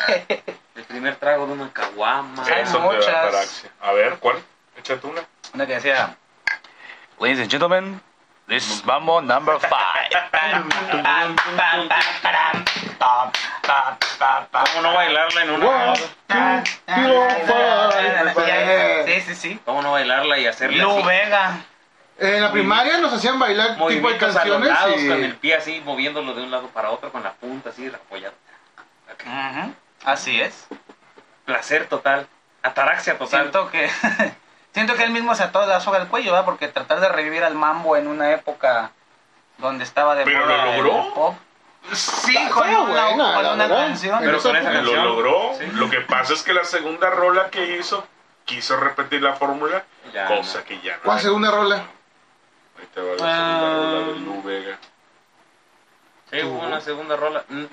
Speaker 2: El primer trago de una caguama.
Speaker 3: Hay
Speaker 4: Eso te
Speaker 3: muchas.
Speaker 4: da ataraxia. A ver, ¿cuál? Échate una.
Speaker 3: Una que decía. Ladies and gentlemen, this is Mambo number five.
Speaker 2: ¿Cómo no bailarla en una
Speaker 1: Wow.
Speaker 2: boda?
Speaker 1: Eh,
Speaker 3: Sí, sí, sí.
Speaker 2: ¿Cómo no bailarla y hacerle
Speaker 3: Lu
Speaker 2: así?
Speaker 3: Vega.
Speaker 1: en la primaria nos hacían bailar tipo de
Speaker 2: movimientos
Speaker 1: canciones
Speaker 2: alongados
Speaker 1: y
Speaker 2: con el pie así, moviéndolo de un lado para otro con la punta así, apoyado. Ok.
Speaker 3: Ujú, Así es.
Speaker 2: Placer total, ataraxia total.
Speaker 3: Siento que. Siento que él mismo se ató la soga al cuello, ¿verdad? Porque tratar de revivir al mambo en una época donde estaba de
Speaker 4: Pero
Speaker 3: moda
Speaker 4: lo
Speaker 3: el
Speaker 4: logró.
Speaker 3: pop. Sí, con
Speaker 1: estaba
Speaker 3: una,
Speaker 1: buena,
Speaker 3: con
Speaker 1: la
Speaker 3: una
Speaker 1: verdad.
Speaker 3: canción.
Speaker 2: Pero
Speaker 1: esa
Speaker 2: con esa
Speaker 1: época-
Speaker 4: Lo
Speaker 2: canción.
Speaker 4: logró.
Speaker 2: Sí.
Speaker 4: Lo que pasa es que la segunda rola que hizo, quiso repetir la fórmula,
Speaker 2: Ya,
Speaker 4: cosa
Speaker 2: no.
Speaker 4: que ya no.
Speaker 1: ¿Cuál
Speaker 4: hay.
Speaker 1: segunda rola?
Speaker 4: Ahí te va la segunda
Speaker 2: Ah.
Speaker 4: rola de Lu Vega.
Speaker 2: Sí, hubo una segunda rola. Mm,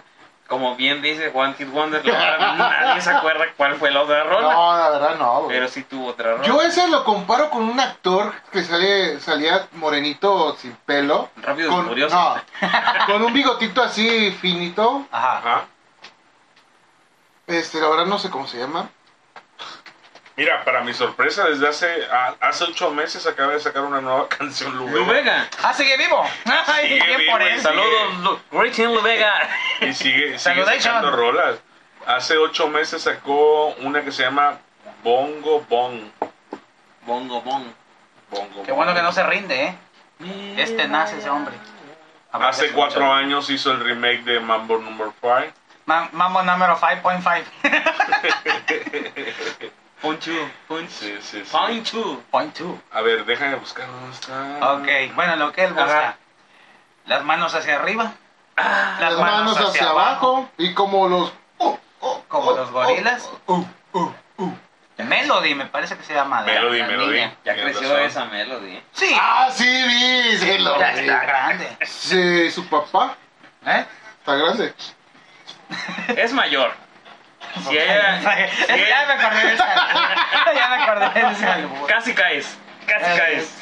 Speaker 2: Como bien dice Juan Kid Wonder, la otra, nadie se acuerda cuál fue la otra rola.
Speaker 1: No, la verdad no. güey.
Speaker 2: Pero sí tuvo otra rola.
Speaker 1: Yo ese lo comparo con un actor que sale, salía morenito sin pelo.
Speaker 2: Rápido y
Speaker 1: con,
Speaker 2: Furioso.
Speaker 1: no, con un bigotito así finito.
Speaker 3: Ajá.
Speaker 4: Ajá.
Speaker 1: Este, la verdad no sé cómo se llama.
Speaker 4: Mira, para mi sorpresa, desde hace a- hace ocho meses acaba de sacar una nueva canción Lu
Speaker 2: Lu
Speaker 4: Vega.
Speaker 2: Vega.
Speaker 3: Ah, sigue vivo. Ay,
Speaker 4: Sigue
Speaker 3: bien
Speaker 4: vivo
Speaker 3: por
Speaker 4: y
Speaker 3: él.
Speaker 4: sigue-
Speaker 2: Saludos, Lu- Richie Lu Vega.
Speaker 4: Y sigue, sigue
Speaker 3: Saludation.
Speaker 4: sacando rolas. Hace ocho meses sacó una que se llama Bongo Bong.
Speaker 2: Bongo Bong.
Speaker 4: Bongo
Speaker 3: Qué bueno
Speaker 4: Bong.
Speaker 3: que no se rinde, ¿eh? Este nace ese hombre.
Speaker 4: Hace cuatro años hizo el remake de Mambo Number 5.
Speaker 3: Ma- Mambo número 5.5.
Speaker 2: Ponchu. Ponchu.
Speaker 4: Sí, sí, sí.
Speaker 2: Ponchu.
Speaker 3: Point two.
Speaker 4: A ver, déjame buscar dónde está.
Speaker 3: Ok, bueno, lo que él busca.
Speaker 2: Ajá.
Speaker 3: Las manos hacia arriba.
Speaker 1: Ah, Las, manos, hacia, abajo. Y como los. oh, oh,
Speaker 3: Como
Speaker 1: oh,
Speaker 3: los gorilas.
Speaker 1: oh, oh, oh, oh.
Speaker 3: Melody, me parece que se llama. de la-
Speaker 4: Melody,
Speaker 3: la
Speaker 4: Melody.
Speaker 3: niña.
Speaker 2: Ya
Speaker 4: Tienes
Speaker 2: creció
Speaker 4: razón.
Speaker 2: esa melody. ¿eh?
Speaker 3: Sí.
Speaker 1: Ah, sí, vi, sí, lo
Speaker 3: ya
Speaker 1: vi.
Speaker 3: está grande.
Speaker 1: Sí, su papá
Speaker 3: ¿Eh?
Speaker 1: está grande.
Speaker 2: Es mayor. Si ella, si
Speaker 3: ya me
Speaker 2: ella-
Speaker 3: acordé de ese albur. Ya me acordé de ese albur.
Speaker 2: casi caes, casi
Speaker 3: Eh.
Speaker 2: caes.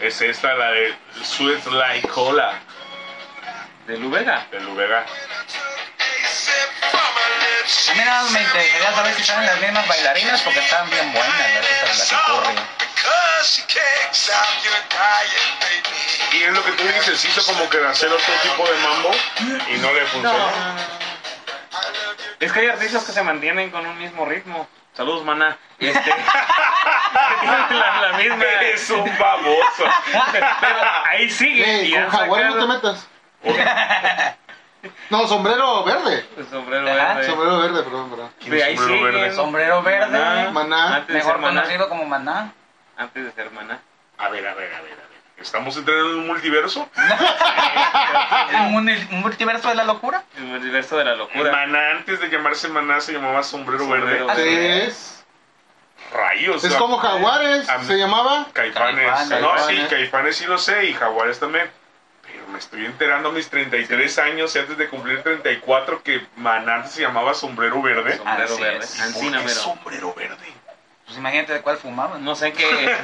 Speaker 4: Es esta, la de Sweet Like Cola
Speaker 2: De Lu Vega.
Speaker 4: de Lu Vega.
Speaker 3: A mí nada más me interesaría saber si están las mismas bailarinas porque están bien buenas las otras, las que corren.
Speaker 4: Y es lo que tú dices, hizo como que hacer otro tipo de mambo y no le funcionó.
Speaker 2: Es que hay artistas que se mantienen con un mismo ritmo. Saludos, maná. Este, que tienen la, la misma.
Speaker 4: Es un baboso.
Speaker 2: Pero ahí sigue.
Speaker 1: Ey,
Speaker 2: y
Speaker 1: con
Speaker 2: han
Speaker 1: jaguares no
Speaker 2: sacado-
Speaker 1: te metas.
Speaker 4: Oye,
Speaker 1: No, sombrero verde.
Speaker 2: El sombrero
Speaker 3: Ajá,
Speaker 2: verde.
Speaker 1: Sombrero verde, perdón, perdón.
Speaker 4: ¿Quién
Speaker 2: De
Speaker 4: es
Speaker 2: ahí
Speaker 4: sombrero
Speaker 2: siguen.
Speaker 4: verde?
Speaker 3: Sombrero verde.
Speaker 1: Maná.
Speaker 2: Antes de
Speaker 3: Mejor
Speaker 2: ser maná.
Speaker 3: conocido como Maná.
Speaker 2: Antes de ser maná.
Speaker 4: A ver, a ver, a ver, a ver. ¿Estamos entrando en un multiverso?
Speaker 3: ¿Un muni- un multiverso de la locura?
Speaker 2: El multiverso de la locura.
Speaker 4: Maná, antes de llamarse Maná, se llamaba Sombrero,
Speaker 2: Sombrero
Speaker 4: Verde.
Speaker 3: Así
Speaker 1: Es,
Speaker 4: Rayos.
Speaker 1: es
Speaker 4: ah,
Speaker 1: como Jaguares,
Speaker 4: Am-
Speaker 1: se llamaba.
Speaker 4: Caifanes.
Speaker 3: Caifanes.
Speaker 4: No, sí,
Speaker 1: Caifanes.
Speaker 4: Caifanes sí lo sé y Jaguares también. Pero me estoy enterando a mis 33 años y antes de cumplir 34 que Maná antes se llamaba Sombrero Verde.
Speaker 2: Sombrero
Speaker 3: Así
Speaker 2: verde.
Speaker 3: es.
Speaker 4: ¿Y
Speaker 2: Ancina,
Speaker 4: por qué
Speaker 2: mero.
Speaker 4: Sombrero Verde?
Speaker 3: Pues imagínate de cuál fumaban.
Speaker 2: No sé qué.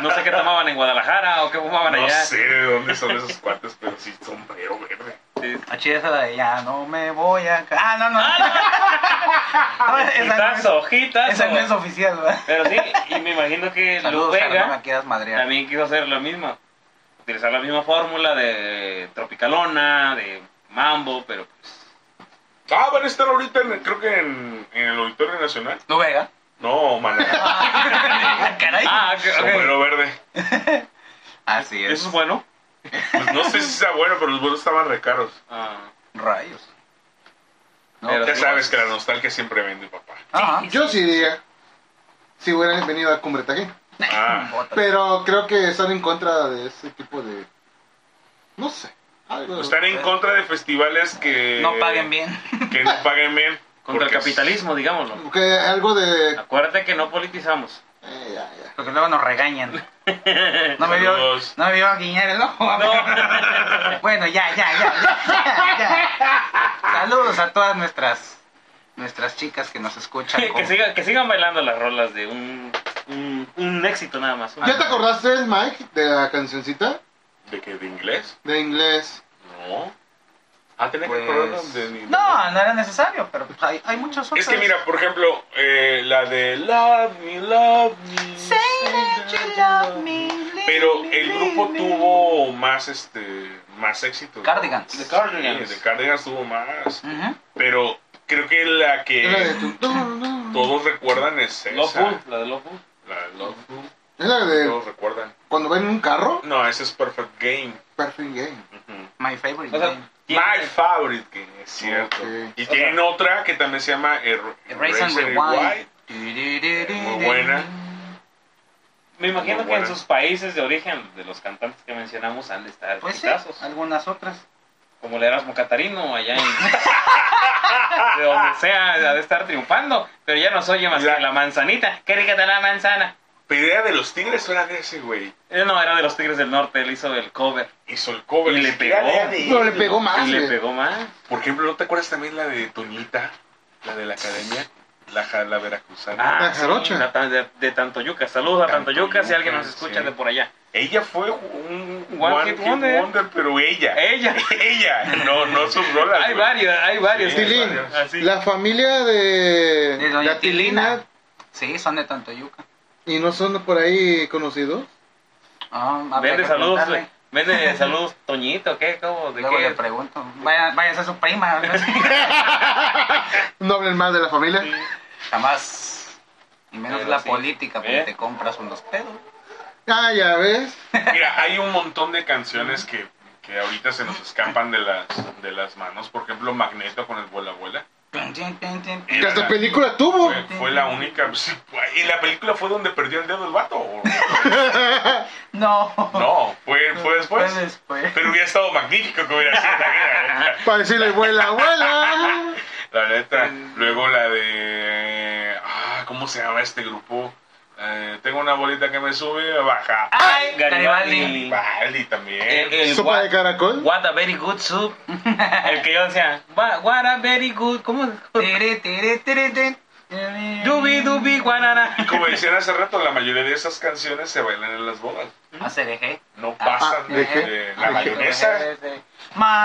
Speaker 2: No sé qué tomaban en Guadalajara o qué fumaban
Speaker 4: No
Speaker 2: allá.
Speaker 4: sé de dónde son esos cuates, pero sí, Sombrero Verde.
Speaker 2: Sí.
Speaker 3: Así Ah, esa de ya no me voy a... ca- Ah, no, no. No, esa, no es,
Speaker 2: Hitazo, hitazo.
Speaker 3: esa no es oficial, ¿verdad?
Speaker 2: Pero sí, y me imagino que Lu
Speaker 3: Saludos, Jara, no
Speaker 2: Vega
Speaker 3: me quieras madrear.
Speaker 2: también quiso hacer lo mismo. Utilizar la misma fórmula de Tropicalona, de Mambo, pero pues.
Speaker 4: Ah, van a estar ahorita, en- creo que en, en el Auditorio Nacional.
Speaker 3: Lu Vega.
Speaker 4: No, Maná.
Speaker 3: Caray.
Speaker 2: Ah, ok, ok.
Speaker 4: Sombrero Verde.
Speaker 3: Así es.
Speaker 2: Eso es bueno.
Speaker 4: Pues no sé si sea bueno, pero los boletos estaban recaros.
Speaker 2: Ah,
Speaker 3: Rayos. No,
Speaker 2: Pero
Speaker 4: Ya
Speaker 2: sí,
Speaker 4: sabes que la nostalgia siempre vende, papá.
Speaker 3: Ajá.
Speaker 1: Yo sí diría si hubieran venido a Cumbre Tajín.
Speaker 4: Ah,
Speaker 3: Botas.
Speaker 1: Pero creo que están en contra de ese tipo de. No sé. algo-
Speaker 4: están en contra de festivales que
Speaker 3: No paguen bien.
Speaker 4: Que no paguen bien.
Speaker 2: contra el
Speaker 4: porque es-
Speaker 2: capitalismo, digámoslo.
Speaker 1: que algo de.
Speaker 2: Acuérdate que no politizamos.
Speaker 1: eh, ya, ya.
Speaker 3: Porque luego nos regañan. No me vio,
Speaker 4: Saludos.
Speaker 3: no me vio a guiñar el ojo. Bueno, ya, ya, ya, ya, ya. Saludos a todas nuestras nuestras chicas que nos escuchan.
Speaker 2: que,
Speaker 3: como-
Speaker 2: siga- que sigan bailando las rolas de un, un, un éxito nada más.
Speaker 4: Ah.
Speaker 1: ¿Ya te acordaste, Mike, de la cancioncita?
Speaker 4: ¿De qué? ¿De inglés?
Speaker 1: De inglés.
Speaker 4: No. Ah, tenés
Speaker 3: Pues-
Speaker 4: que acordarnos de mi-
Speaker 3: No, no era necesario, pero pues, hay, hay muchas otras.
Speaker 4: Es que mira, por ejemplo, eh, la de Love Me, Love Me.
Speaker 3: Say that you love me, leave
Speaker 4: Pero
Speaker 3: me,
Speaker 4: el
Speaker 3: leave
Speaker 4: grupo
Speaker 3: me.
Speaker 4: tuvo más este más éxito.
Speaker 3: Cardigans.
Speaker 2: The
Speaker 4: Sí,
Speaker 2: Cardinals.
Speaker 4: de Cardigans tuvo más.
Speaker 3: Ujú.
Speaker 4: Pero creo que la
Speaker 1: Es la de.
Speaker 4: que
Speaker 1: tu- tu- tu-
Speaker 4: todos recuerdan es
Speaker 2: Love
Speaker 4: esa.
Speaker 2: Food, la de Love Food.
Speaker 4: La Love Food.
Speaker 1: Es la de.
Speaker 4: Todos recuerdan.
Speaker 1: Cuando ven un carro.
Speaker 4: No, ese es Perfect Game.
Speaker 1: Perfect Game.
Speaker 4: Ujú.
Speaker 3: My favorite
Speaker 2: O sea,
Speaker 3: game.
Speaker 4: My favorite game, es cierto.
Speaker 1: Ok.
Speaker 4: Y tienen otra que también se llama Er-
Speaker 3: Erase and Rewind. Muy
Speaker 4: buena.
Speaker 2: Me imagino
Speaker 4: Muy
Speaker 2: que en
Speaker 4: buena.
Speaker 2: sus países de origen, de los cantantes que mencionamos, han de estar
Speaker 3: Pues sí,
Speaker 2: hitazos.
Speaker 3: algunas otras.
Speaker 2: Como el Erasmo Catarino, allá en. de donde sea, ha de estar triunfando. Pero ya no se oye más
Speaker 4: La-
Speaker 2: que la manzanita. ¡Qué rica está la manzana!
Speaker 4: Pero era de los Tigres o era de ese güey.
Speaker 2: Él no era de los Tigres del Norte, él hizo el cover.
Speaker 4: Hizo el cover.
Speaker 2: Y
Speaker 4: ni
Speaker 2: le
Speaker 4: siquiera
Speaker 2: pegó.
Speaker 4: era de él.
Speaker 1: No, le pegó más.
Speaker 2: Y le
Speaker 1: güey.
Speaker 2: pegó más.
Speaker 4: Por ejemplo, ¿no te acuerdas también la de Toñita? La de la academia. La, ja- la veracruzana.
Speaker 2: Ah,
Speaker 1: La jarocha.
Speaker 2: sí, la tan- de, de Tantoyuca. Saludos a Tantoyuca si alguien nos
Speaker 4: Tantoyuca,
Speaker 2: escucha
Speaker 4: sí.
Speaker 2: de por allá.
Speaker 4: Ella fue un
Speaker 2: One Hit Wonder. Eh.
Speaker 4: pero ella.
Speaker 2: Ella.
Speaker 4: Ella. No, no sus rolas.
Speaker 2: Hay
Speaker 4: güey.
Speaker 2: varios, hay varios.
Speaker 4: Sí,
Speaker 1: Tilín.
Speaker 4: varios.
Speaker 2: Así.
Speaker 1: La familia de.
Speaker 3: De Doña
Speaker 1: la Tilina.
Speaker 3: Tilina. Sí, son de Tantoyuca.
Speaker 1: ¿Y no son por ahí conocidos?
Speaker 3: Ah, habrá
Speaker 2: Vende
Speaker 3: que
Speaker 2: saludos,
Speaker 3: preguntarle.
Speaker 2: güey. Vende saludos, Toñito, ¿qué? ¿Cómo? ¿De
Speaker 3: Luego le
Speaker 2: qué?
Speaker 3: pregunto. Vaya, vaya a ser su prima. algo así.
Speaker 1: No hablen más de la familia.
Speaker 3: Jamás. Y menos
Speaker 2: Pero
Speaker 3: la
Speaker 2: sí.
Speaker 3: política, porque
Speaker 2: ¿Eh?
Speaker 3: te compras unos pedos.
Speaker 1: Ah, ya ves.
Speaker 4: Mira, hay un montón de canciones que, que ahorita se nos escapan de las, de las manos. Por ejemplo, Magneto con el Vuela Vuela.
Speaker 3: Tin, tin, tin, tin.
Speaker 1: Que hasta película tuvo.
Speaker 4: Fue, fue la única. sí, fue- y la película fue donde perdió el dedo el vato. ¿o
Speaker 3: No.
Speaker 4: No, No, fue, fue
Speaker 3: Fue
Speaker 4: después.
Speaker 3: después.
Speaker 4: Pero hubiera estado magnífico que hubiera sido la neta.
Speaker 1: Para decirle, vuela, vuela.
Speaker 4: La neta. Luego la de. Ah, ¿Cómo se llama este grupo? Eh, tengo una bolita que me sube, baja.
Speaker 3: Ay,
Speaker 2: Garibaldi.
Speaker 3: Garibaldi.
Speaker 4: Vale, también.
Speaker 2: El, el
Speaker 1: Sopa
Speaker 2: what,
Speaker 1: de caracol.
Speaker 2: what a very good soup. el que yo decía, "Wha- what a very good. ¿Cómo?
Speaker 3: Tiri, tiri, tiri, tin. Tiri.
Speaker 2: Dubi, dubi, guanana.
Speaker 4: Y como decían hace rato, la mayoría de esas canciones se bailan en las bodas.
Speaker 3: Hace de
Speaker 4: No
Speaker 3: Ah,
Speaker 4: pasan
Speaker 1: ¿de qué?
Speaker 4: de la mayonesa.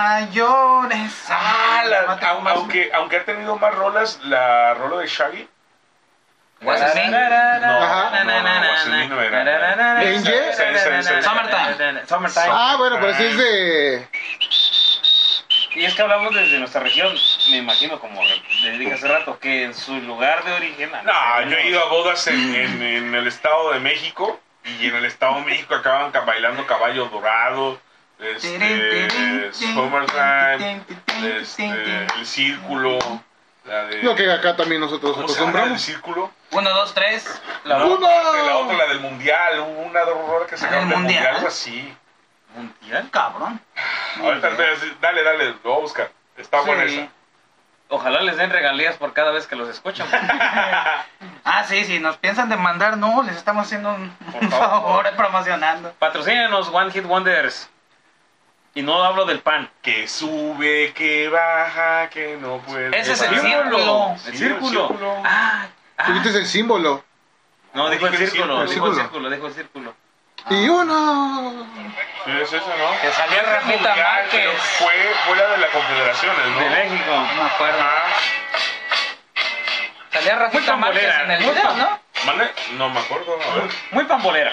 Speaker 3: Mayonesa.
Speaker 4: Ah, la-
Speaker 3: Mate
Speaker 4: au-
Speaker 3: con más-
Speaker 4: aunque, aunque ha tenido más rolas, la rola de Shaggy.
Speaker 3: What's his name?
Speaker 1: Ajá.
Speaker 4: No, no, no, what's his name no era.
Speaker 1: Ah, ¿En qué?
Speaker 4: Esa, esa, esa, esa.
Speaker 2: Summertime. Summertime.
Speaker 1: Ah, bueno, pero sí es de.
Speaker 2: Y es que hablamos desde nuestra región, me imagino, como les dije hace rato, que en su lugar de origen.
Speaker 4: No, yo he ido a bodas en, en- en el Estado de México y en el Estado de México acaban ca- bailando caballo dorado, este, Summertime, este, El Círculo, la de...
Speaker 1: Lo que acá también nosotros
Speaker 4: ¿Cómo se llama la del
Speaker 1: acostumbramos.
Speaker 4: Círculo?
Speaker 3: Uno, dos, tres.
Speaker 4: La,
Speaker 1: ¡Uno!
Speaker 4: otra, la otra, la del Mundial, hubo una horror que se
Speaker 3: ¿La del
Speaker 4: llama del Mundial,
Speaker 3: Mundial?
Speaker 4: algo así.
Speaker 2: Mundial.
Speaker 3: Cabrón.
Speaker 4: Ahorita, ves, dale, dale, lo voy a buscar. Está buena
Speaker 3: Sí.
Speaker 4: esa.
Speaker 2: Ojalá les den regalías por cada vez que los escuchan.
Speaker 3: Ah, sí, sí, nos piensan demandar, no, les estamos haciendo un,
Speaker 2: Por
Speaker 3: un
Speaker 2: favor.
Speaker 3: favor promocionando.
Speaker 2: Patrocínenos One Hit Wonders. Y no hablo del pan.
Speaker 4: Que sube, que baja, que no puede.
Speaker 3: Ese es el
Speaker 4: parar.
Speaker 3: círculo.
Speaker 4: Sí,
Speaker 2: El círculo. Ah, ah.
Speaker 1: Tuviste el símbolo.
Speaker 2: No, dijo el círculo,
Speaker 1: El
Speaker 2: dijo el
Speaker 1: círculo.
Speaker 2: círculo, dijo el círculo.
Speaker 1: Y uno.
Speaker 4: Sí, es esa, ¿no?
Speaker 3: Que salió
Speaker 4: Fue el
Speaker 3: Rafita
Speaker 4: Mundial,
Speaker 3: Márquez.
Speaker 4: pero Fue, fue la de la Confederación, ¿no?
Speaker 2: De México.
Speaker 3: No me acuerdo.
Speaker 4: Ajá.
Speaker 3: Salía
Speaker 2: Muy
Speaker 3: Rafita Márquez
Speaker 2: pambolera,
Speaker 3: en el
Speaker 2: muy
Speaker 3: video,
Speaker 2: pam-
Speaker 3: ¿no?
Speaker 4: ¿Mande? No me acuerdo, a ver.
Speaker 2: Muy pambolera.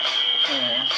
Speaker 1: Y
Speaker 3: Eh,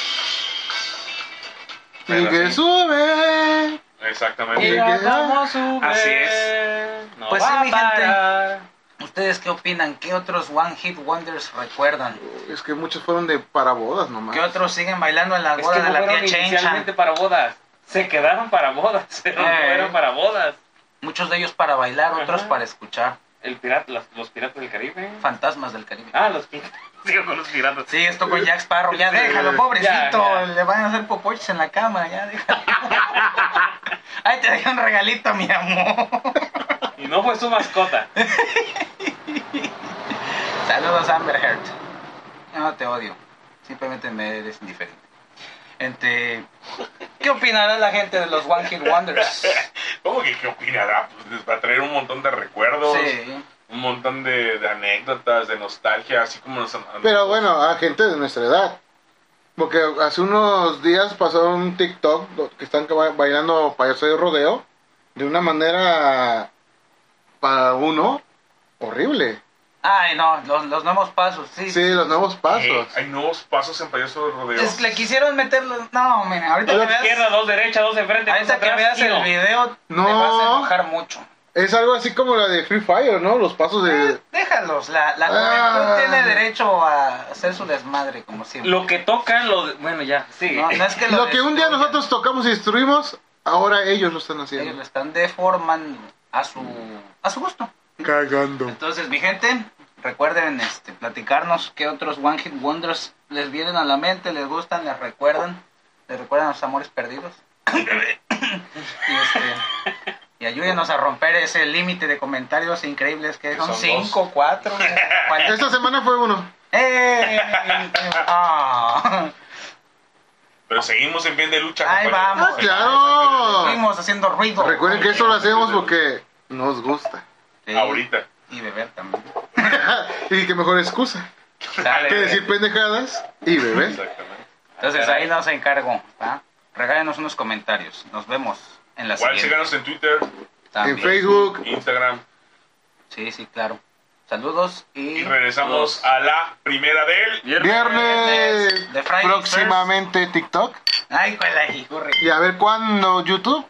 Speaker 4: Pero
Speaker 1: que
Speaker 4: sí.
Speaker 1: sube.
Speaker 4: Exactamente.
Speaker 1: Y- Mira cómo
Speaker 2: Así es. No
Speaker 3: Pues sí,
Speaker 2: va
Speaker 3: mi
Speaker 2: a parar.
Speaker 3: ¿Ustedes qué opinan? ¿Qué otros One Hit Wonders recuerdan?
Speaker 1: Es que muchos fueron de para bodas nomás.
Speaker 3: ¿Qué otros siguen bailando en la
Speaker 2: Es
Speaker 3: boda
Speaker 2: que
Speaker 3: de
Speaker 2: no
Speaker 3: la
Speaker 2: fueron
Speaker 3: tía Chencha? Eh.
Speaker 2: inicialmente para bodas. Se quedaron para bodas. Se fueron para bodas.
Speaker 3: Muchos de ellos para bailar, otros
Speaker 2: Ajá.
Speaker 3: para escuchar.
Speaker 2: El pirata, las- los piratas del Caribe.
Speaker 3: Fantasmas del Caribe.
Speaker 2: Ah, los piratas. Sigo con los piratas.
Speaker 3: Sí, esto con Jack Sparrow, ya
Speaker 2: Sí,
Speaker 3: déjalo,
Speaker 1: ya,
Speaker 3: pobrecito.
Speaker 2: ya.
Speaker 3: Le van a hacer popoches en la cama, ya déjalo. Ahí te dejé un regalito, mi amor.
Speaker 2: Y no fue su mascota.
Speaker 3: Saludos, Amber Heard. Yo no te odio, simplemente me eres indiferente. Ente, ¿Qué opinará la gente de los One Hit Wonders?
Speaker 4: ¿Cómo que qué opinará? Pues les va a traer un montón de recuerdos,
Speaker 3: Sí.
Speaker 4: un montón de, de anécdotas, de nostalgia, así como nos han-
Speaker 1: Pero bueno, a gente de nuestra edad. Porque hace unos días pasó un TikTok do- que están ca- bailando payaso de rodeo de una manera para uno horrible.
Speaker 3: Ay, no, los, los nuevos pasos, sí.
Speaker 1: Sí, los nuevos
Speaker 4: Eh,
Speaker 1: pasos.
Speaker 4: hay nuevos pasos en payaso de rodeo.
Speaker 3: Es- le quisieron meter los- No, mira, ahorita
Speaker 1: Dos
Speaker 3: que veas,
Speaker 2: Izquierda, dos derecha, dos enfrente, dos
Speaker 3: ahorita que
Speaker 2: atrás.
Speaker 3: veas
Speaker 2: tiro.
Speaker 3: el video, te
Speaker 1: No.
Speaker 3: vas a enojar mucho.
Speaker 1: Es algo así como la de Free Fire, ¿no? Los pasos de...
Speaker 3: Ah, Déjalos, la, la
Speaker 1: Ah.
Speaker 3: juventud tiene derecho a hacer su desmadre, como siempre.
Speaker 2: Lo que tocan, lo. de- Bueno, ya, sigue.
Speaker 3: no, no es que
Speaker 1: Lo que un día
Speaker 3: destruyan,
Speaker 1: nosotros tocamos y destruimos, ahora ellos lo están
Speaker 3: Ellos lo
Speaker 1: haciendo.
Speaker 3: están deformando a su, a su gusto.
Speaker 1: Cagando.
Speaker 3: Entonces, mi gente, recuerden este, platicarnos qué otros One Hit Wonders les vienen a la mente, les gustan, les recuerdan, les recuerdan los amores perdidos. y, este, y ayúdenos a romper ese límite de comentarios increíbles que
Speaker 4: Que
Speaker 3: son
Speaker 4: son
Speaker 3: 5, 4, 4.
Speaker 1: Esta semana fue uno.
Speaker 3: ¡Eh! Ah.
Speaker 4: Pero seguimos en bien de lucha.
Speaker 3: Ahí
Speaker 4: compañeros.
Speaker 3: vamos.
Speaker 1: Ah, claro.
Speaker 3: Seguimos haciendo ruido.
Speaker 1: Recuerden que eso lo hacemos porque nos gusta.
Speaker 3: Sí,
Speaker 4: Ahorita.
Speaker 3: Y beber también.
Speaker 1: y qué mejor excusa
Speaker 3: Dale,
Speaker 1: que decir pendejadas y beber.
Speaker 4: Exactamente.
Speaker 3: Entonces ahí nos encargo. ¿va? Regálenos unos comentarios. Nos vemos en la
Speaker 4: Igual
Speaker 3: siguiente.
Speaker 4: síganos en Twitter,
Speaker 1: En
Speaker 3: También.
Speaker 1: Facebook.
Speaker 4: Instagram.
Speaker 3: Sí, sí, claro. Saludos y.
Speaker 4: Y regresamos a la primera del...
Speaker 1: Viernes.
Speaker 3: De Friday
Speaker 1: Próximamente TikTok.
Speaker 3: Ay, cuál la jijurri.
Speaker 1: Y a ver cuándo YouTube.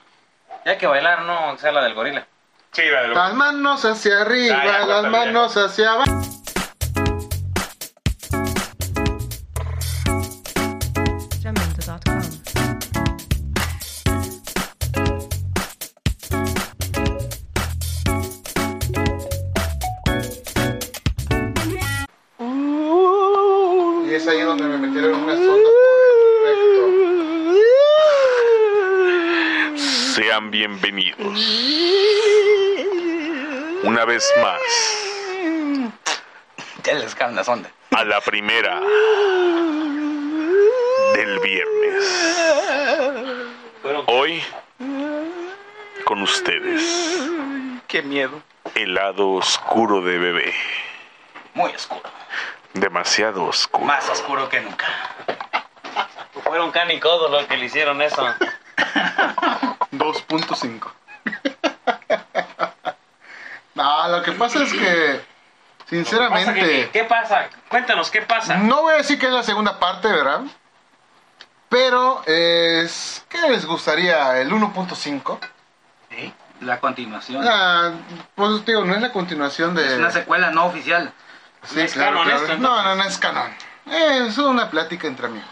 Speaker 2: Ya que bailar, no, que sea la del gorila.
Speaker 4: Sí, la de lo-
Speaker 1: Las manos hacia arriba,
Speaker 4: Ya, ya,
Speaker 1: las
Speaker 4: córtale, ya.
Speaker 1: manos hacia abajo.
Speaker 6: Jamendo.com.
Speaker 1: Y es ahí donde me metieron una sonda por el recto.
Speaker 4: Sean bienvenidos. Una vez más
Speaker 3: Ya les caen las ondas.
Speaker 4: a la primera del viernes.
Speaker 2: Fueron
Speaker 4: Hoy con ustedes
Speaker 3: Qué miedo.
Speaker 4: el lado oscuro de bebé.
Speaker 3: Muy oscuro.
Speaker 4: Demasiado oscuro.
Speaker 3: Más oscuro que nunca.
Speaker 2: Fueron Can y Codo los que le hicieron eso.
Speaker 1: 2.5. no, lo que pasa es que,
Speaker 2: ¿Qué,
Speaker 1: sinceramente, Mm.
Speaker 2: qué pasa? Cuéntanos, ¿qué pasa?
Speaker 1: no voy a decir que es la segunda parte, ¿verdad? Pero es. ¿Qué les gustaría? ¿El 1.5?
Speaker 3: La continuación.
Speaker 1: Ah, eh. pues digo, no es la continuación de.
Speaker 3: Es una secuela no oficial.
Speaker 1: Sí,
Speaker 2: No es
Speaker 1: claro,
Speaker 2: canon
Speaker 1: claro.
Speaker 2: esto, entonces.
Speaker 1: No, no, no es canon. Es una plática entre amigos.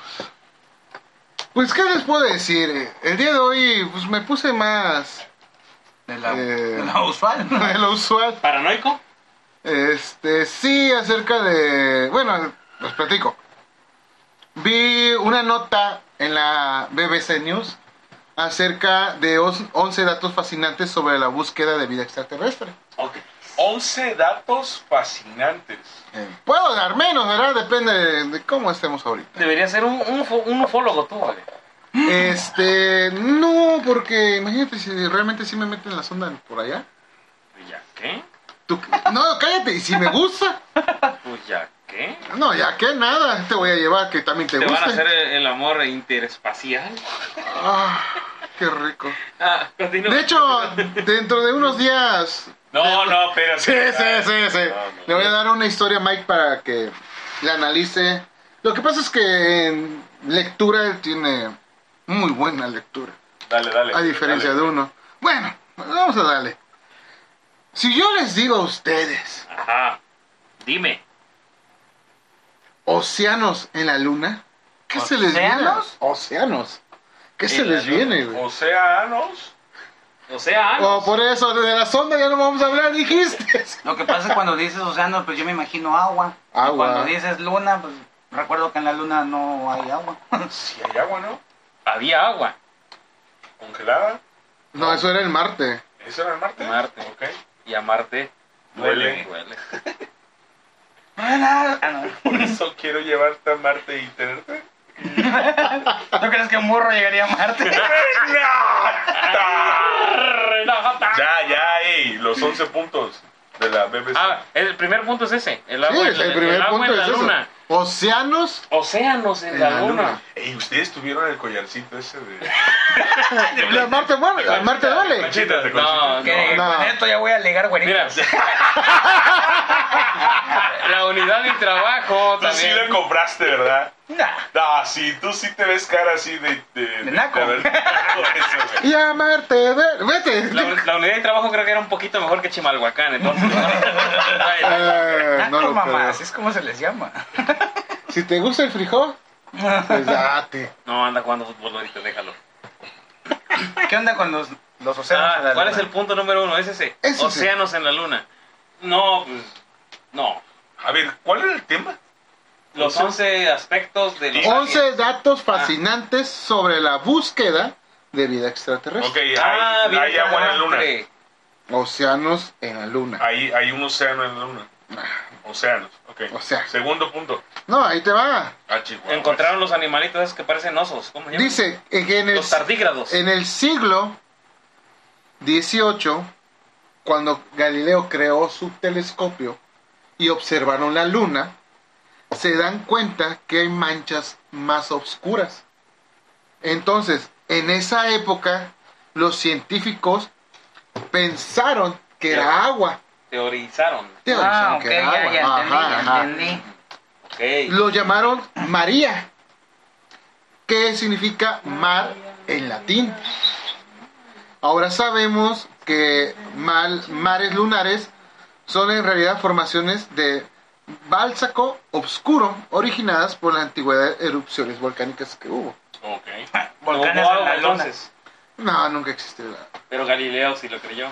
Speaker 1: Pues, ¿qué les puedo decir? Eh, El día de hoy pues, me puse más
Speaker 3: De la,
Speaker 1: Eh.
Speaker 3: de la usual.
Speaker 1: de lo usual.
Speaker 2: ¿Paranoico?
Speaker 1: Este, sí, acerca de. Bueno, les platico. Vi una nota en la BBC News acerca de os- 11 datos fascinantes sobre la búsqueda de vida extraterrestre.
Speaker 4: Ok. 11 datos fascinantes.
Speaker 1: Eh, puedo dar menos, ¿verdad? Depende de, de cómo estemos ahorita.
Speaker 2: Debería ser un, un, ufo- un ufólogo tú, güey.
Speaker 1: Este, no, porque imagínate si realmente sí me meten la sonda por allá.
Speaker 2: Pues ya qué,
Speaker 1: Tú- no, cállate, y si me gusta.
Speaker 2: pues ya qué.
Speaker 1: No, ya que nada, te voy a llevar que también te,
Speaker 2: Te van
Speaker 1: guste.
Speaker 2: a hacer el, el amor interespacial.
Speaker 1: Ah, qué rico.
Speaker 2: Ah, continúa.
Speaker 1: De hecho, dentro de unos días.
Speaker 4: No, no, espérate.
Speaker 1: Sí, sí, sí, sí.
Speaker 2: Ah,
Speaker 4: No, no.
Speaker 1: Le voy a dar una historia a Mike para que la analice. Lo que pasa es que en lectura él tiene muy buena lectura,
Speaker 4: Dale, dale.
Speaker 1: a diferencia
Speaker 4: dale.
Speaker 1: de uno. Bueno, vamos a darle. Si yo les digo a ustedes
Speaker 2: Ajá. Dime.
Speaker 1: océanos en la luna, ¿qué se les viene?
Speaker 3: ¿Océanos?
Speaker 1: Océanos. ¿Qué se
Speaker 2: En la
Speaker 1: les
Speaker 2: luna.
Speaker 1: viene, güey?
Speaker 4: Océanos.
Speaker 2: O sea, ah,
Speaker 1: Oh, por eso, de la sonda ya no vamos a hablar, dijiste.
Speaker 3: Lo que pasa es cuando dices océano, pues yo me imagino agua. Y
Speaker 1: Agua.
Speaker 3: cuando dices luna, pues recuerdo que en la luna no hay agua.
Speaker 4: Si hay agua, ¿no?
Speaker 2: había agua.
Speaker 4: Congelada.
Speaker 1: No, eso era el Marte.
Speaker 4: ¿Eso era el Marte?
Speaker 2: Marte.
Speaker 4: Ok.
Speaker 2: Y amarte duele. duele.
Speaker 3: Ah, no.
Speaker 4: Por eso quiero llevarte a Marte y tenerte.
Speaker 3: ¿No crees que un burro llegaría a Marte?
Speaker 4: Ya, ya, ey, los 11 puntos de la BBC.
Speaker 2: Ah, el primer punto es ese. El
Speaker 1: Sí,
Speaker 2: agua, en
Speaker 1: el,
Speaker 2: la-
Speaker 1: primer
Speaker 2: Ah, el agua
Speaker 1: punto
Speaker 2: en la
Speaker 1: es eso.
Speaker 2: luna.
Speaker 1: Océanos
Speaker 2: Océanos en,
Speaker 1: En
Speaker 2: la,
Speaker 1: la
Speaker 2: luna.
Speaker 1: luna.
Speaker 4: Ey, ustedes tuvieron el collarcito ese de.
Speaker 1: La Marte muere, la Marte duele.
Speaker 4: Manchitas de
Speaker 2: No,
Speaker 4: collarcito.
Speaker 3: Que
Speaker 1: No.
Speaker 3: con esto ya voy a ligar, güerito.
Speaker 2: Mira. la unidad de trabajo
Speaker 4: Tú sí
Speaker 2: también.
Speaker 4: le compraste, ¿verdad?
Speaker 3: Nah.
Speaker 4: No, sí, tú sí te ves cara así de. De, de-
Speaker 3: naco.
Speaker 4: de haber- eso, güey.
Speaker 1: Y a Marte duele. Vete.
Speaker 2: La, la unidad de trabajo creo que era un poquito mejor que Chimalhuacán, entonces.
Speaker 1: Eh, no
Speaker 3: Naco,
Speaker 1: lo
Speaker 3: mamá,
Speaker 1: creo.
Speaker 3: así es como se les llama.
Speaker 1: Si te gusta el frijol, pues date.
Speaker 2: no, anda jugando fútbol ahorita, déjalo.
Speaker 3: ¿Qué onda con los, los océanos?
Speaker 2: Ah,
Speaker 3: en la
Speaker 2: ¿Cuál
Speaker 3: luna?
Speaker 2: es el punto número uno? Es ese.
Speaker 1: Es ese.
Speaker 2: Océanos en la luna. No, pues. No.
Speaker 4: A ver, ¿cuál era el tema?
Speaker 2: Los 11 aspectos de los aliens.
Speaker 1: 11 datos fascinantes sobre la búsqueda de vida
Speaker 4: Ok,
Speaker 1: extraterrestre.
Speaker 4: hay,
Speaker 2: Ah, bien
Speaker 4: hay agua en la luna.
Speaker 2: padre.
Speaker 1: Océanos en la luna.
Speaker 4: Hay, hay un océano en la luna. Océanos, ok.
Speaker 1: Océano.
Speaker 4: Segundo punto.
Speaker 1: No, ahí te va.
Speaker 4: Ah, Chihuahua.
Speaker 2: Encontraron los animalitos esos que parecen osos. ¿Cómo se llaman?
Speaker 1: Dice que en el,
Speaker 2: Los tardígrados.
Speaker 1: en el siglo XVIII, cuando Galileo creó su telescopio y observaron la luna, se dan cuenta que hay manchas más oscuras. Entonces, en esa época, los científicos pensaron que era agua.
Speaker 2: Teorizaron.
Speaker 1: Teorizaron
Speaker 3: Ah, ok,
Speaker 1: que era
Speaker 3: ya, ya
Speaker 1: agua.
Speaker 3: entendí,
Speaker 1: Ajá,
Speaker 3: ya
Speaker 1: ajá.
Speaker 3: entendí.
Speaker 2: Ok.
Speaker 1: Lo llamaron María, que significa mar en latín. Ahora sabemos que mal- mares lunares son en realidad formaciones de bálsaco oscuro originadas por la antigüedad de erupciones volcánicas que hubo.
Speaker 4: Ok.
Speaker 3: Volcanes
Speaker 2: No
Speaker 3: en
Speaker 2: hubo
Speaker 3: la
Speaker 2: agua,
Speaker 3: luna.
Speaker 2: entonces.
Speaker 1: No, nunca existió. la-
Speaker 2: Pero Galileo sí lo creyó.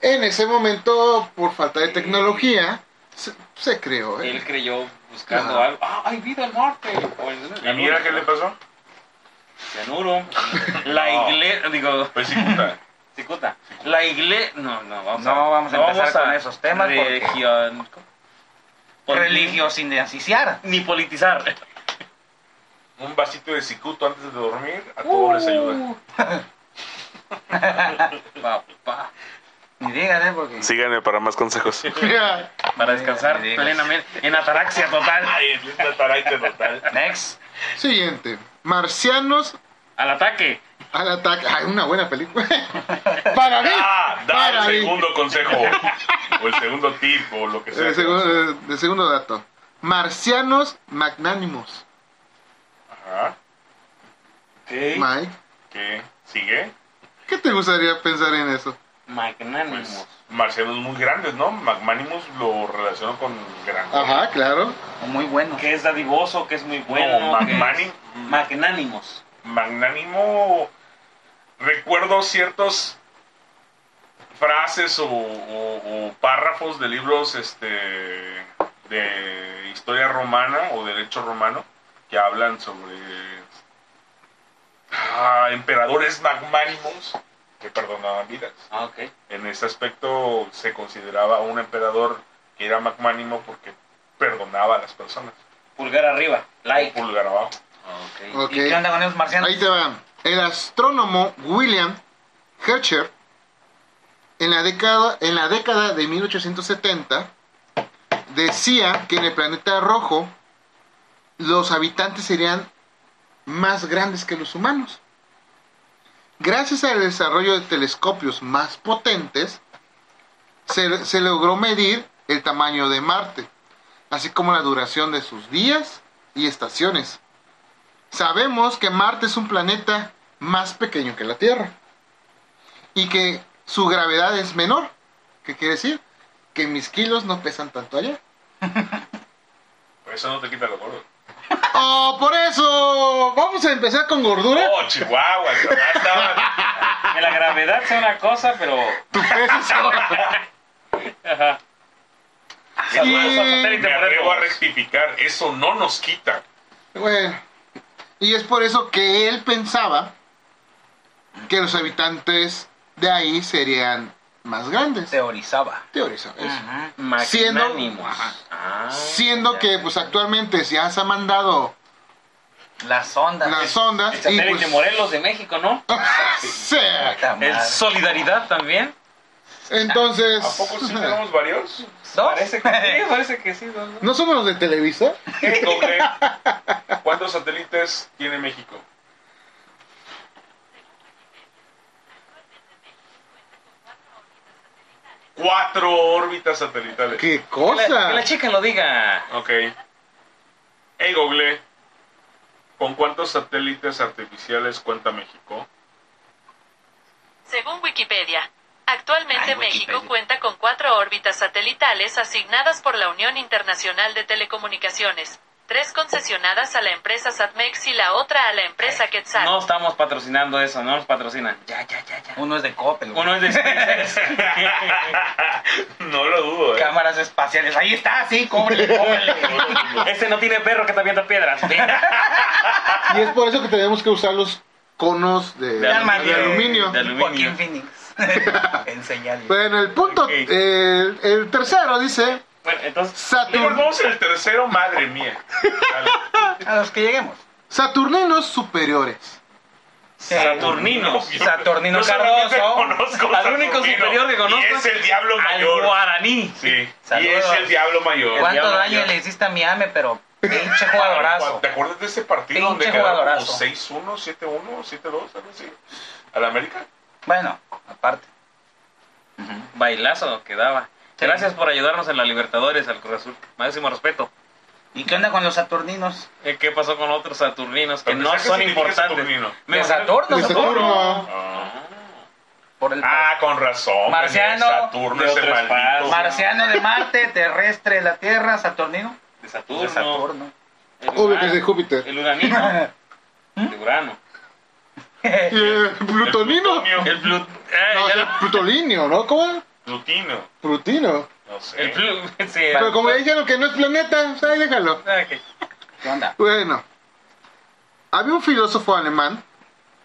Speaker 1: En ese momento, por falta de tecnología, se, se creó. ¿eh?
Speaker 2: Él creyó buscando
Speaker 1: Ajá.
Speaker 2: algo. Ah, hay vida en Marte. O en la
Speaker 4: ¿Y mira
Speaker 2: luna.
Speaker 4: qué le pasó?
Speaker 2: Cianuro. La
Speaker 4: No.
Speaker 2: iglesia. Digo,
Speaker 4: Pues sí, puta.
Speaker 2: cicuta. La iglesia. No, no, vamos a.
Speaker 3: No, vamos a empezar con esos temas porque-
Speaker 2: Religión. por-
Speaker 3: Religio sin desanciar.
Speaker 2: Ni politizar.
Speaker 4: Un vasito de cicuto antes de dormir, a todos les ayuda.
Speaker 2: Papá.
Speaker 3: Ni digas, ¿eh? Porque...
Speaker 4: Síganme para más consejos.
Speaker 1: Mira,
Speaker 2: Para descansar
Speaker 3: No me digas.
Speaker 2: plenamente. En ataraxia total.
Speaker 4: Ay, es un tataraite total.
Speaker 3: Next.
Speaker 1: siguiente. Marcianos
Speaker 2: Al ataque.
Speaker 1: Al ataque. Ay, una buena película. para mí.
Speaker 4: Ah, da
Speaker 1: para
Speaker 4: el
Speaker 1: mí.
Speaker 4: segundo consejo. O el segundo tip, o lo que sea.
Speaker 1: El segundo, el eh, segundo dato. Marcianos magnánimos.
Speaker 4: Ajá.
Speaker 2: ¿Qué?
Speaker 1: Mike,
Speaker 4: ¿Qué? ¿Sigue?
Speaker 1: ¿qué te gustaría pensar en eso?
Speaker 2: Magnánimos.
Speaker 3: pues.
Speaker 4: Marcianos muy grandes, ¿no? Magmanimus lo relaciono con grande.
Speaker 1: Ajá, claro.
Speaker 3: Muy bueno.
Speaker 2: que es dadivoso, que es muy
Speaker 4: No,
Speaker 2: bueno. que es
Speaker 4: Magmani-
Speaker 2: Magnánimos.
Speaker 4: magnánimo. Recuerdo ciertos frases o, o- o párrafos de libros este, de historia romana o derecho romano que hablan sobre ah, emperadores magnánimos que perdonaban vidas.
Speaker 2: Ah, ok.
Speaker 4: En este aspecto se consideraba un emperador que era magnánimo porque perdonaba a las personas.
Speaker 2: Pulgar arriba, like.
Speaker 4: Pulgar abajo.
Speaker 2: Ah, ok.
Speaker 1: Ok.
Speaker 3: ¿Y qué onda con esos marcianos?
Speaker 1: Ahí te va. El astrónomo William Herschel, en la década, en la década de 1870, decía que en el planeta rojo los habitantes serían más grandes que los humanos. Gracias al desarrollo de telescopios más potentes, se, se logró medir el tamaño de Marte, así como la duración de sus días y estaciones. Sabemos que Marte es un planeta más pequeño que la Tierra y que su gravedad es menor. ¿Qué quiere decir? Que mis kilos no pesan tanto allá.
Speaker 4: Pero Eso no te quita lo gordo.
Speaker 1: ¡Oh, por eso! Vamos a empezar con gordura.
Speaker 4: ¡Oh, Chihuahua! ya estaba-
Speaker 2: Que la gravedad sea una cosa, pero.
Speaker 1: Tu peso es ahora.
Speaker 2: Ajá.
Speaker 1: Y-
Speaker 4: Me atrevo a rectificar. Eso no nos quita.
Speaker 1: Bueno, y es por eso que él pensaba que los habitantes de ahí serían más grandes.
Speaker 3: Teorizaba.
Speaker 1: Teoriza eso.
Speaker 3: Ajá.
Speaker 1: Siendo-
Speaker 2: Magnánimo. Ajá. Ah,
Speaker 1: Siendo
Speaker 2: ya.
Speaker 1: que pues actualmente ya se han mandado
Speaker 3: Las ondas.
Speaker 1: las ondas
Speaker 2: El
Speaker 1: y
Speaker 2: satélite
Speaker 1: pues,
Speaker 2: Morelos de México, ¿no? Ah.
Speaker 1: sea,
Speaker 3: Puta madre.
Speaker 2: El Solidaridad también.
Speaker 1: Entonces,
Speaker 4: ¿A poco sí tenemos varios?
Speaker 3: ¿Dos?
Speaker 2: Parece que sí, parece que sí. ¿no?
Speaker 1: ¿no somos los de Televisa?
Speaker 4: ¿Qué? ¿Dónde? ¿Cuántos satélites tiene México? Cuatro órbitas satelitales.
Speaker 1: ¡Qué
Speaker 2: Que la- que
Speaker 1: cosa!
Speaker 2: la chica lo diga.
Speaker 4: Ok. Hey Google, ¿con cuántos satélites artificiales cuenta México?
Speaker 6: Según Wikipedia, actualmente
Speaker 3: Ay, Wikipedia.
Speaker 6: México cuenta con cuatro órbitas satelitales asignadas por la Unión Internacional de Telecomunicaciones, tres concesionadas a la empresa SatMex y la otra a la empresa Quetzal.
Speaker 2: No estamos patrocinando eso, no nos patrocinan. Ya, ya, ya, ya.
Speaker 3: Uno es de Coppel. güey.
Speaker 2: Uno es de SpaceX.
Speaker 4: No lo dudo, ¿eh?
Speaker 3: Cámaras espaciales. Ahí está, sí, cóbrele, cóbrele.
Speaker 2: Este no tiene perro que te avienta piedras.
Speaker 1: Y es por eso que tenemos que usar los conos de,
Speaker 2: De
Speaker 1: de
Speaker 3: aluminio.
Speaker 1: aluminio.
Speaker 2: De aluminio.
Speaker 3: Joaquín Phoenix. Enseñale.
Speaker 1: Bueno, el punto,
Speaker 4: Ok.
Speaker 1: el, el tercero dice
Speaker 2: Bueno, entonces.
Speaker 4: Digo,
Speaker 1: Saturn,
Speaker 4: vamos el tercero, madre mía. Dale.
Speaker 3: A los que lleguemos.
Speaker 1: Saturninos superiores.
Speaker 2: Saturninos.
Speaker 3: Saturnino
Speaker 4: Yo solamente conozco
Speaker 3: Cardoso.
Speaker 2: Al único
Speaker 4: Saturnino,
Speaker 2: superior que conozco
Speaker 4: y es el diablo mayor.
Speaker 2: Al guaraní.
Speaker 4: Sí, y
Speaker 3: Saludos.
Speaker 4: es el diablo mayor.
Speaker 3: ¿Cuánto
Speaker 2: Diablo
Speaker 3: daño
Speaker 2: mayor.
Speaker 3: le hiciste a Miami? Pero pinche
Speaker 4: Juan,
Speaker 3: jugadorazo.
Speaker 4: ¿Te acuerdas de ese partido
Speaker 3: Pinche
Speaker 4: donde quedaron
Speaker 3: jugadorazo.
Speaker 4: como 6-1, 7-1, 7-2, algo así? ¿Al América?
Speaker 3: Bueno, aparte.
Speaker 2: Bailazo quedaba.
Speaker 3: Sí.
Speaker 2: Gracias por ayudarnos en la Libertadores, al Cruz Azul. Máximo respeto.
Speaker 3: ¿Y qué onda con los Saturninos?
Speaker 2: Eh, ¿Qué pasó con otros Saturninos que
Speaker 4: Pero
Speaker 2: no
Speaker 4: ¿qué
Speaker 2: son
Speaker 4: significa
Speaker 2: importantes?
Speaker 4: Saturnino?
Speaker 2: Me
Speaker 3: ¿De
Speaker 2: imagino-
Speaker 3: Saturno?
Speaker 1: De Saturno.
Speaker 4: Ah,
Speaker 3: Por el
Speaker 4: Ah, con razón.
Speaker 3: Marciano.
Speaker 4: Saturno
Speaker 2: De
Speaker 4: es el
Speaker 2: otro
Speaker 4: maldito.
Speaker 2: espacio.
Speaker 3: Marciano de Marte, terrestre de la Tierra, Saturnino.
Speaker 2: De Saturno.
Speaker 3: De Saturno.
Speaker 2: El
Speaker 1: Obvio que es de
Speaker 2: Urano.
Speaker 1: Júpiter.
Speaker 2: El uranino. de Urano.
Speaker 1: Y el
Speaker 4: El
Speaker 1: plutonino.
Speaker 4: plutonio,
Speaker 2: El Plut... eh,
Speaker 1: No,
Speaker 2: ya
Speaker 1: el
Speaker 2: lo-
Speaker 1: plutolinio, ¿no? ¿Cómo? era?
Speaker 4: Plutino.
Speaker 1: Plutino.
Speaker 4: No sé.
Speaker 2: El Plut... Sí,
Speaker 1: Pero como ya dijeron que no es planeta, o sea, ahí déjalo.
Speaker 2: Ah, ok.
Speaker 3: ¿Qué onda?
Speaker 1: Bueno, había un filósofo alemán,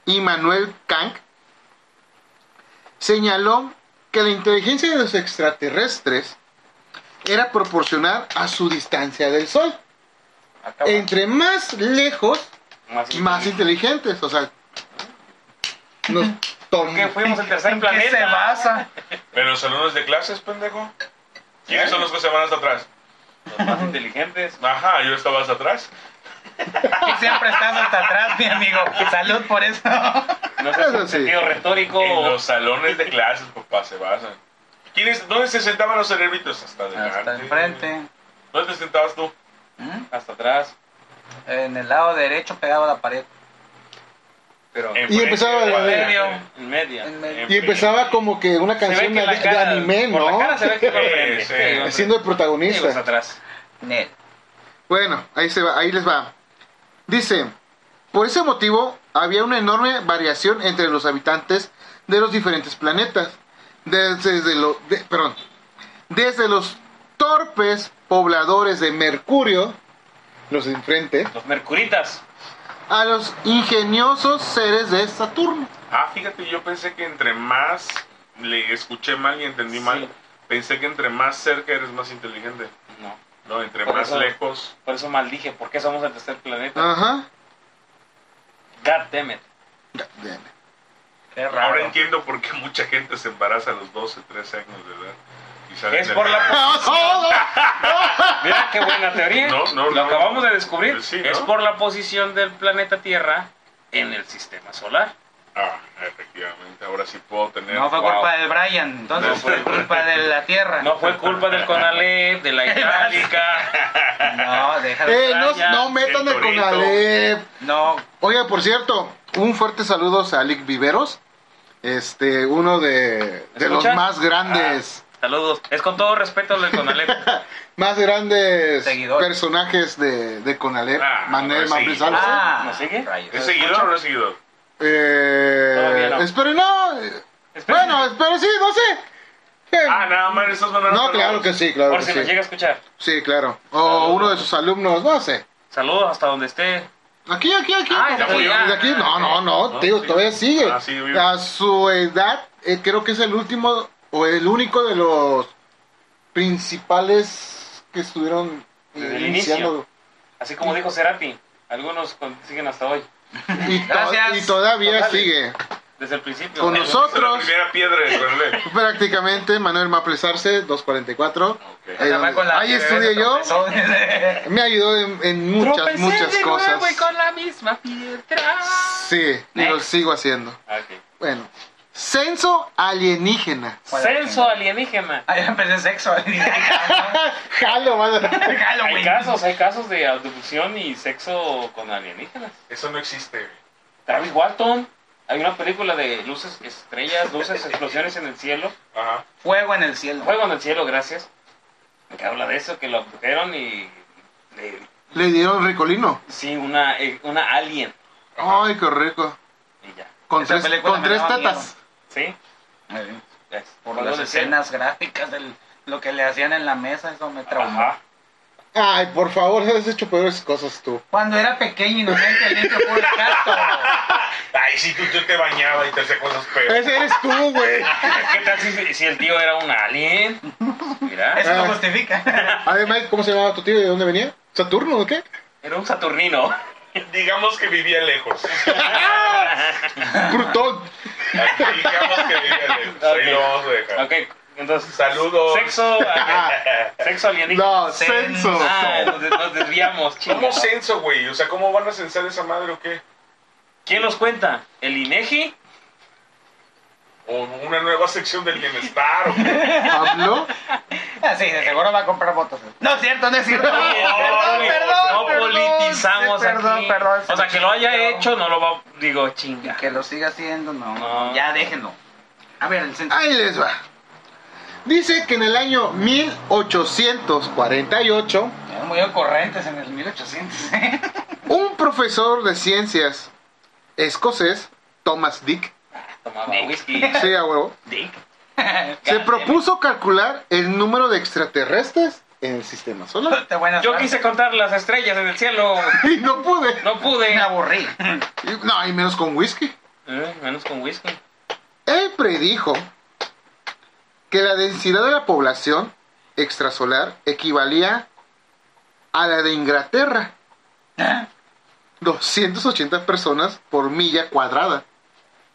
Speaker 1: Immanuel Kant, señaló que la inteligencia de los extraterrestres era proporcional a su distancia del Sol.
Speaker 2: Ah, Acaba.
Speaker 1: Entre más lejos,
Speaker 2: Más,
Speaker 1: más inteligentes. O sea, nos tom-
Speaker 2: que fuimos el tercer
Speaker 3: ¿En qué se
Speaker 2: planeta.
Speaker 3: basa?
Speaker 4: Pero los alumnos de clases, pendejo.
Speaker 2: ¿Eh?
Speaker 4: ¿Quiénes son los que se van hasta atrás?
Speaker 2: Los más inteligentes.
Speaker 4: Ajá, yo estaba hasta atrás.
Speaker 3: Tú siempre estás hasta atrás, mi amigo. Salud por eso.
Speaker 2: No sé si
Speaker 1: Eso
Speaker 2: en
Speaker 1: sí.
Speaker 2: sentido retórico
Speaker 4: En
Speaker 2: o
Speaker 4: los salones de clases, papá, se basan. ¿Quiénes, ¿Dónde se sentaban los cerebritos? Hasta adelante.
Speaker 3: Hasta enfrente.
Speaker 4: ¿Dónde te sentabas tú?
Speaker 3: ¿Mm?
Speaker 2: hasta atrás.
Speaker 3: En el lado derecho pegado a la pared.
Speaker 2: Pero
Speaker 4: Enfrente,
Speaker 1: empezaba la-
Speaker 4: adelante.
Speaker 3: medio.
Speaker 2: en media.
Speaker 3: En medio.
Speaker 1: Y empezaba como que una
Speaker 2: Se ve
Speaker 1: canción
Speaker 2: que
Speaker 1: de,
Speaker 2: la
Speaker 1: de
Speaker 2: cara-
Speaker 1: anime,
Speaker 2: por la cara
Speaker 1: ¿no?
Speaker 2: se ve que va
Speaker 4: Sí,
Speaker 2: enfrente.
Speaker 4: sí.
Speaker 2: va enfrente.
Speaker 1: Siendo el
Speaker 2: Sí, pues,
Speaker 1: protagonista.
Speaker 2: atrás.
Speaker 3: Nel.
Speaker 1: Bueno, ahí se va, ahí les va. Dice, por ese motivo, había una enorme variación entre los habitantes de los diferentes planetas. Desde, lo- de- perdón, desde los torpes pobladores de Mercurio, los de enfrente,
Speaker 2: Los mercuritas.
Speaker 1: a los ingeniosos seres de Saturno.
Speaker 4: Ah, fíjate, yo pensé que entre más le escuché mal y entendí
Speaker 2: Sí.
Speaker 4: mal, pensé que entre más cerca eres más inteligente.
Speaker 2: No.
Speaker 4: No, entre
Speaker 2: Por
Speaker 4: más
Speaker 2: eso-
Speaker 4: lejos.
Speaker 2: Por eso maldije. ¿Por qué somos el tercer planeta?
Speaker 1: Ajá.
Speaker 2: God damn it.
Speaker 1: Bien.
Speaker 2: Qué
Speaker 4: Ahora
Speaker 2: raro.
Speaker 4: entiendo por qué mucha gente se embaraza a los 12, 13 años de edad. Y salen
Speaker 2: Es
Speaker 4: del-
Speaker 2: por la
Speaker 1: ¡Oh,
Speaker 2: posición.
Speaker 1: no!
Speaker 2: Mira qué buena teoría.
Speaker 4: No, no,
Speaker 2: Lo
Speaker 4: no. Pues
Speaker 2: acabamos de descubrir.
Speaker 4: Sí, ¿no?
Speaker 2: Es por la posición del planeta Tierra en el sistema solar.
Speaker 4: Ah, efectivamente, ahora sí puedo tener...
Speaker 3: No fue
Speaker 4: Wow.
Speaker 3: culpa del Brian, entonces
Speaker 4: No
Speaker 3: fue culpa de la tierra.
Speaker 2: No fue culpa del Conalep, de la Itálica.
Speaker 3: No, deja de.
Speaker 1: Eh, no, no metan el
Speaker 4: Torito.
Speaker 1: Conalep.
Speaker 3: No,
Speaker 1: Oiga, por cierto, un fuerte saludo a Alec Viveros, este, uno de, de los
Speaker 2: ¿Escucha?
Speaker 1: más grandes,
Speaker 2: Saludos. Es con todo respeto del Conalep.
Speaker 1: más grandes
Speaker 3: Seguidor.
Speaker 1: personajes de, de Conalep,
Speaker 4: Ah,
Speaker 1: Manuel
Speaker 4: sí.
Speaker 1: Mambris Alba.
Speaker 3: Ah,
Speaker 2: ¿Nos sigue?
Speaker 3: rayos.
Speaker 4: ¿Es seguidor o no es seguidor?
Speaker 1: Eh,
Speaker 2: Todavía no.
Speaker 1: Espero no. eh,
Speaker 2: Espero-
Speaker 1: Bueno, espero sí, no sé. Eh,
Speaker 4: Ah, nada más, estás mandando...
Speaker 1: no, claro que sí, claro
Speaker 2: Por
Speaker 1: que
Speaker 2: si nos
Speaker 1: sí.
Speaker 2: llega a escuchar.
Speaker 1: Sí, claro. O uno de sus alumnos, no sé.
Speaker 2: Saludos hasta donde esté.
Speaker 1: Aquí, aquí, aquí.
Speaker 2: Ah,
Speaker 4: ya murió.
Speaker 1: De aquí, no, no, no,
Speaker 4: No,
Speaker 1: tío,
Speaker 4: sí.
Speaker 1: todavía sigue.
Speaker 4: Ah, sí, vive.
Speaker 1: a su edad, eh, creo que es el último o el único de los principales que estuvieron eh,
Speaker 2: Desde el
Speaker 1: iniciando.
Speaker 2: Así como dijo Cerati. Algunos con- siguen hasta hoy.
Speaker 1: Y, to-
Speaker 3: Gracias.
Speaker 1: y todavía
Speaker 2: Dale.
Speaker 1: sigue.
Speaker 2: Desde el principio.
Speaker 1: Con
Speaker 2: Eh,
Speaker 1: nosotros.
Speaker 4: Es la primera piedra de Conalep.
Speaker 1: Prácticamente, Manuel Maples Arce, 244.
Speaker 4: Ok.
Speaker 1: Ahí,
Speaker 3: Nada más con la-
Speaker 1: ahí estudié yo.
Speaker 3: Tropezones.
Speaker 1: Me ayudó en, en muchas,
Speaker 2: tropecé
Speaker 1: muchas
Speaker 2: de
Speaker 1: cosas.
Speaker 2: nuevo y con la misma piedra.
Speaker 1: Sí, y lo
Speaker 3: Next.
Speaker 1: sigo haciendo.
Speaker 2: Ah, ok.
Speaker 1: Bueno, censo alienígena.
Speaker 3: ¿Cuál
Speaker 2: Censo
Speaker 3: alienígena?
Speaker 2: alienígena.
Speaker 3: Ahí empecé sexo.
Speaker 1: Jalo, Ah, madre.
Speaker 2: Hay
Speaker 3: Halloween.
Speaker 2: casos, hay casos de abducción y sexo con alienígenas.
Speaker 4: Eso no existe. güey.
Speaker 2: Travis Walton, hay una película de luces, estrellas, luces, explosiones en el cielo.
Speaker 4: Ajá.
Speaker 3: Fuego en el cielo.
Speaker 2: Juego en el cielo, gracias. Que habla de eso, que lo abdujeron y... le-
Speaker 1: Le dieron ricolino.
Speaker 2: sí, una, eh, una alien.
Speaker 1: Ay, qué rico.
Speaker 2: Y ya.
Speaker 1: Con
Speaker 3: Esa
Speaker 1: tres,
Speaker 3: película
Speaker 1: con
Speaker 3: me
Speaker 1: tres
Speaker 3: daba
Speaker 1: tatas.
Speaker 2: ¿Sí?
Speaker 3: Muy bien.
Speaker 2: Es
Speaker 3: Por
Speaker 2: juego
Speaker 3: las
Speaker 2: del cielo.
Speaker 3: escenas gráficas de lo que le hacían en la mesa, eso me traumó.
Speaker 2: Ajá.
Speaker 1: Ay, por favor, has hecho peores cosas tú.
Speaker 3: Cuando era pequeño y no me limpio por el gato.
Speaker 4: Ay, sí, tú, tú te bañabas y te hacías cosas peores.
Speaker 1: Ese eres tú, güey.
Speaker 2: ¿Qué tal si, si el tío era un alien? Mira,
Speaker 3: Eso
Speaker 1: Ah.
Speaker 3: lo justifica.
Speaker 1: Además, ¿cómo se llamaba tu tío y de dónde venía? ¿Saturno o qué?
Speaker 2: era un saturnino.
Speaker 4: Digamos que vivía lejos.
Speaker 1: Plutón.
Speaker 4: Digamos que vivía lejos. Ahí lo vamos a dejar.
Speaker 2: Ok, entonces...
Speaker 4: Saludos.
Speaker 2: Sexo, sexo alienígena.
Speaker 1: No,
Speaker 3: Sen-
Speaker 1: censo.
Speaker 2: Ah, nos, nos desviamos,
Speaker 4: ¿Cómo
Speaker 2: chicos.
Speaker 4: censo, güey? O sea, ¿cómo van a censar esa madre o qué?
Speaker 2: ¿Quién nos cuenta? ¿El INEGI?
Speaker 4: ¿O una nueva sección del bienestar? ¿o qué?
Speaker 1: ¿Habló?
Speaker 3: Ah, sí, de seguro va a comprar votos. No es cierto, no es cierto.
Speaker 2: no, no politizamos
Speaker 3: sí, perdón,
Speaker 2: aquí.
Speaker 3: perdón.
Speaker 2: o sea, que lo haya
Speaker 3: No.
Speaker 2: hecho, no lo va... Digo,
Speaker 3: Y
Speaker 2: chinga.
Speaker 3: que lo siga haciendo, no.
Speaker 2: No.
Speaker 3: Ya déjenlo. A ver, el centro.
Speaker 1: Ahí les va. Dice que en el año 1848,
Speaker 3: Eran Muy ocurrentes en el 1800. ¿eh?
Speaker 1: un profesor de ciencias escocés, Thomas Dick,
Speaker 2: Tomaba whisky.
Speaker 1: sí, a huevo,
Speaker 2: Dick.
Speaker 1: se propuso calcular el número de extraterrestres en el sistema solar.
Speaker 3: De buenas
Speaker 2: Yo
Speaker 3: tardes.
Speaker 2: quise contar las estrellas en el cielo.
Speaker 1: Y no pude.
Speaker 2: No pude.
Speaker 3: Me aburrí.
Speaker 1: Y- No, y menos con whisky.
Speaker 2: Eh, menos con whisky.
Speaker 1: Él predijo que la densidad de la población extrasolar equivalía a la de Inglaterra. 280 personas por milla cuadrada.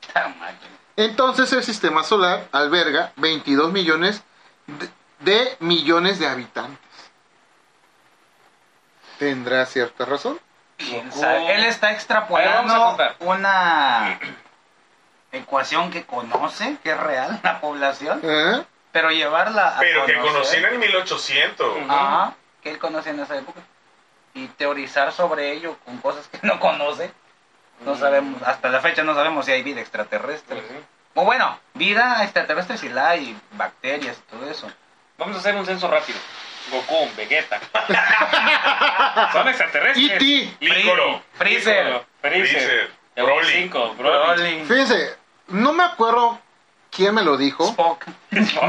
Speaker 3: Puta madre.
Speaker 1: Entonces el sistema solar alberga 22 millones de, de millones de habitantes. ¿Tendrá cierta razón?
Speaker 3: ¿Quién sabe? Él
Speaker 2: A ver, vamos
Speaker 3: está
Speaker 2: a
Speaker 3: extrapolando
Speaker 2: contar.
Speaker 3: una ecuación que conoce, que es real, la población,
Speaker 1: ¿Eh?
Speaker 3: pero llevarla a
Speaker 4: Pero que
Speaker 3: conocer,
Speaker 4: conocían en 1800.
Speaker 3: Ajá, que él conoce en esa época. Y teorizar sobre ello con cosas que no conoce. No
Speaker 2: Mm.
Speaker 3: sabemos, hasta la fecha no sabemos si hay vida extraterrestre. O bueno, vida extraterrestre si la hay, bacterias y todo eso.
Speaker 2: Vamos a hacer un censo rápido. Goku, Vegeta. Son extraterrestres.
Speaker 1: E.T.
Speaker 2: Piccolo.
Speaker 3: Freezer.
Speaker 2: Piccolo, Freezer.
Speaker 4: Freezer.
Speaker 2: Europa
Speaker 4: Broly.
Speaker 2: 5, Broly.
Speaker 3: Broly.
Speaker 1: Fíjense, no me acuerdo quién me lo dijo.
Speaker 3: Spock.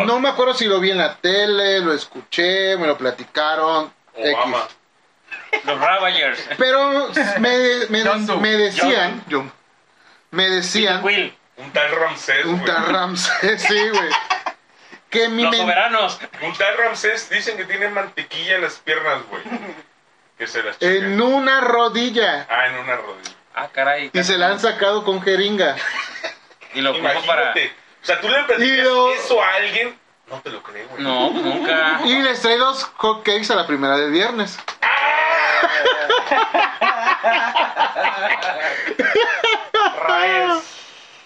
Speaker 1: No me acuerdo si lo vi en la tele, lo escuché, me lo platicaron.
Speaker 4: Obama.
Speaker 1: X.
Speaker 2: Los Ravagers.
Speaker 1: Pero me, me,
Speaker 3: John Doe.
Speaker 1: me decían, John, me decían,
Speaker 2: Will.
Speaker 4: Un tal Ramsés.
Speaker 1: un
Speaker 4: güey.
Speaker 1: tal Ramsés, sí, güey, que mi
Speaker 2: Los
Speaker 1: men-
Speaker 2: soberanos.
Speaker 4: Un tal Ramsés dicen que tiene mantequilla en las piernas, güey. Que se las chequen.
Speaker 1: en una rodilla
Speaker 4: Ah, en una rodilla.
Speaker 2: Ah, caray.
Speaker 1: y se la han sacado con jeringa.
Speaker 2: Y lo pongo para.
Speaker 4: Imagínate. O sea, tú le platicas
Speaker 1: Y lo-
Speaker 4: eso a alguien, no te lo cree, güey.
Speaker 2: No, nunca.
Speaker 1: Y les traí dos hot cakes a la primera del viernes.
Speaker 4: Rayas.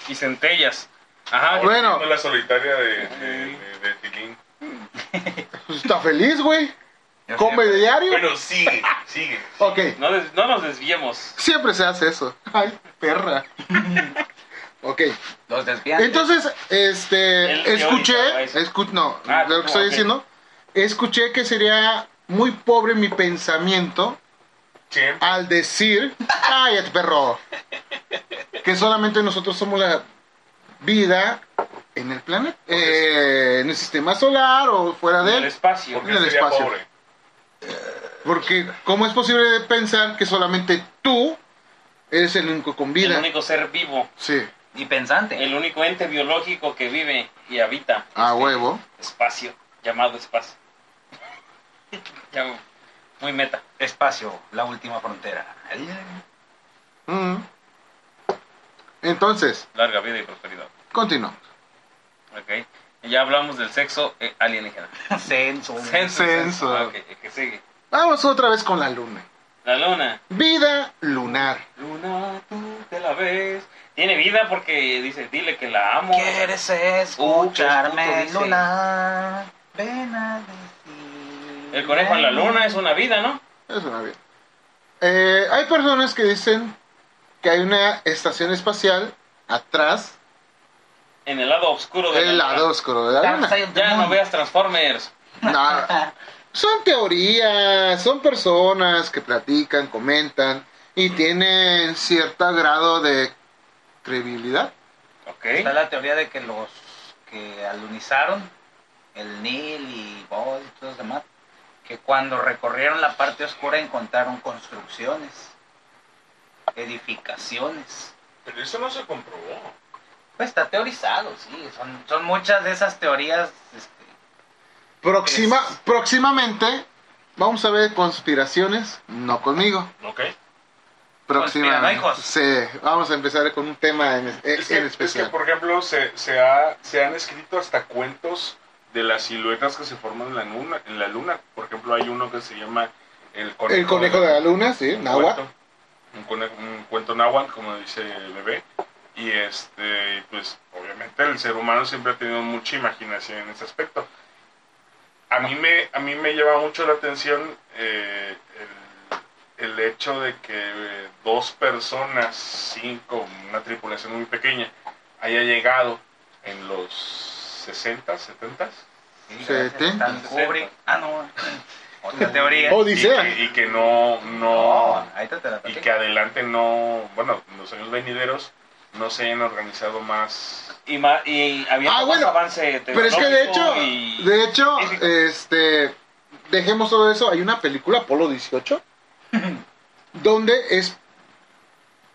Speaker 2: Y centellas. Ajá.
Speaker 1: Ah. Bueno.
Speaker 4: Haciendo La solitaria de, de, de- de Tilín.
Speaker 1: Pues Está feliz, güey.
Speaker 3: Yo
Speaker 1: Come
Speaker 3: siempre-
Speaker 1: diario.
Speaker 4: Bueno, sigue, sigue.
Speaker 1: Ok,
Speaker 2: No, des- no nos desviemos.
Speaker 1: siempre se hace eso. Ay, perra. Ok.
Speaker 3: Los desvían.
Speaker 1: Entonces,
Speaker 2: El
Speaker 1: este,
Speaker 2: teórico,
Speaker 1: escuché,
Speaker 2: eso.
Speaker 1: escu- no,
Speaker 2: Ah,
Speaker 1: de lo que
Speaker 2: no,
Speaker 1: estoy
Speaker 2: ok.
Speaker 1: diciendo, escuché que sería muy pobre mi pensamiento
Speaker 4: Siempre.
Speaker 1: al decir, cállate perro, que solamente nosotros somos la vida en el planeta, eh, en el sistema solar o fuera de
Speaker 2: El
Speaker 1: él,
Speaker 2: espacio.
Speaker 4: Porque
Speaker 1: en el
Speaker 4: sería
Speaker 1: espacio.
Speaker 4: pobre.
Speaker 1: porque cómo es posible pensar que solamente tú eres el único con
Speaker 2: El
Speaker 1: vida,
Speaker 2: único ser vivo.
Speaker 1: sí,
Speaker 3: Y pensante.
Speaker 2: El único ente biológico que vive y habita.
Speaker 1: a
Speaker 2: este
Speaker 1: huevo,
Speaker 2: Espacio. Llamado espacio. Ya, Muy meta.
Speaker 3: Espacio, la última frontera.
Speaker 1: Mm. entonces,
Speaker 2: Larga vida y prosperidad.
Speaker 1: continuamos.
Speaker 2: Ok. Ya hablamos del sexo eh, alienígena.
Speaker 3: Censo.
Speaker 2: Censo.
Speaker 1: Censo.
Speaker 2: Ah, ok, que sigue.
Speaker 1: Vamos otra vez con la luna.
Speaker 2: La luna.
Speaker 1: Vida lunar.
Speaker 2: Luna, tú te la ves. Tiene vida porque dice, dile que la amo.
Speaker 3: ¿Quieres
Speaker 2: Uh, qué
Speaker 3: escucharme,
Speaker 2: puto dice.
Speaker 3: Luna? Ven a decir.
Speaker 2: El conejo en la luna es una vida, ¿no?
Speaker 1: Eso suena bien. Eh, hay personas que dicen que hay una estación espacial atrás
Speaker 2: En el lado oscuro de
Speaker 1: del
Speaker 2: la
Speaker 1: lado
Speaker 2: luna.
Speaker 1: oscuro de la
Speaker 3: Dark
Speaker 1: luna.
Speaker 3: Side of the
Speaker 2: Ya no
Speaker 3: Moon.
Speaker 2: veas Transformers.
Speaker 1: No, son teorías, son personas que platican, comentan y tienen cierto grado de credibilidad.
Speaker 2: Ok.
Speaker 3: Está la teoría de que los que alunizaron, el Nil y Bolt y todos los demás, que cuando recorrieron la parte oscura encontraron construcciones, edificaciones.
Speaker 4: Pero eso no se comprobó.
Speaker 3: Pues está teorizado, sí. Son, son muchas de esas teorías. este,
Speaker 1: Próxima,
Speaker 3: Es-
Speaker 1: próximamente vamos a ver conspiraciones, no conmigo.
Speaker 4: ¿Ok?
Speaker 1: Próximamente.
Speaker 3: Conspiranoicos.
Speaker 1: Sí, vamos a empezar con un tema en, es-
Speaker 4: Es que,
Speaker 1: en
Speaker 4: es que,
Speaker 1: especial.
Speaker 4: por ejemplo, se, se, ha- se han escrito hasta cuentos de las siluetas que se forman en la luna. En la luna. Por ejemplo, hay uno que se llama El Conejo,
Speaker 1: El conejo de la luna, sí,
Speaker 4: un
Speaker 1: náhuatl.
Speaker 4: cuento, un, cone- un cuento náhuatl, como dice el bebé. Y este, pues obviamente el ser humano siempre ha tenido mucha imaginación en ese aspecto. A mí me, a mí me lleva mucho la atención eh, el, el hecho de que eh, dos personas, cinco, una tripulación muy pequeña, haya llegado en los 60, 70
Speaker 3: sí,
Speaker 1: Se
Speaker 3: gracias a
Speaker 1: detenta.
Speaker 3: Stanley Kubrick. Ah, no. Otra teoría.
Speaker 1: Oh,
Speaker 4: y que,
Speaker 1: Odisea.
Speaker 4: y que no, no,
Speaker 3: No, ahí te, te la
Speaker 4: y
Speaker 3: platico.
Speaker 4: que adelante no, bueno, en los años venideros no se hayan organizado más.
Speaker 2: Y, ma- y había
Speaker 1: Ah,
Speaker 2: más
Speaker 1: bueno,
Speaker 2: avance
Speaker 1: Pero es que de hecho,
Speaker 2: tecnológico y-
Speaker 1: de hecho,
Speaker 2: científico.
Speaker 1: este, dejemos todo eso. Hay una película, Apolo 18, donde es,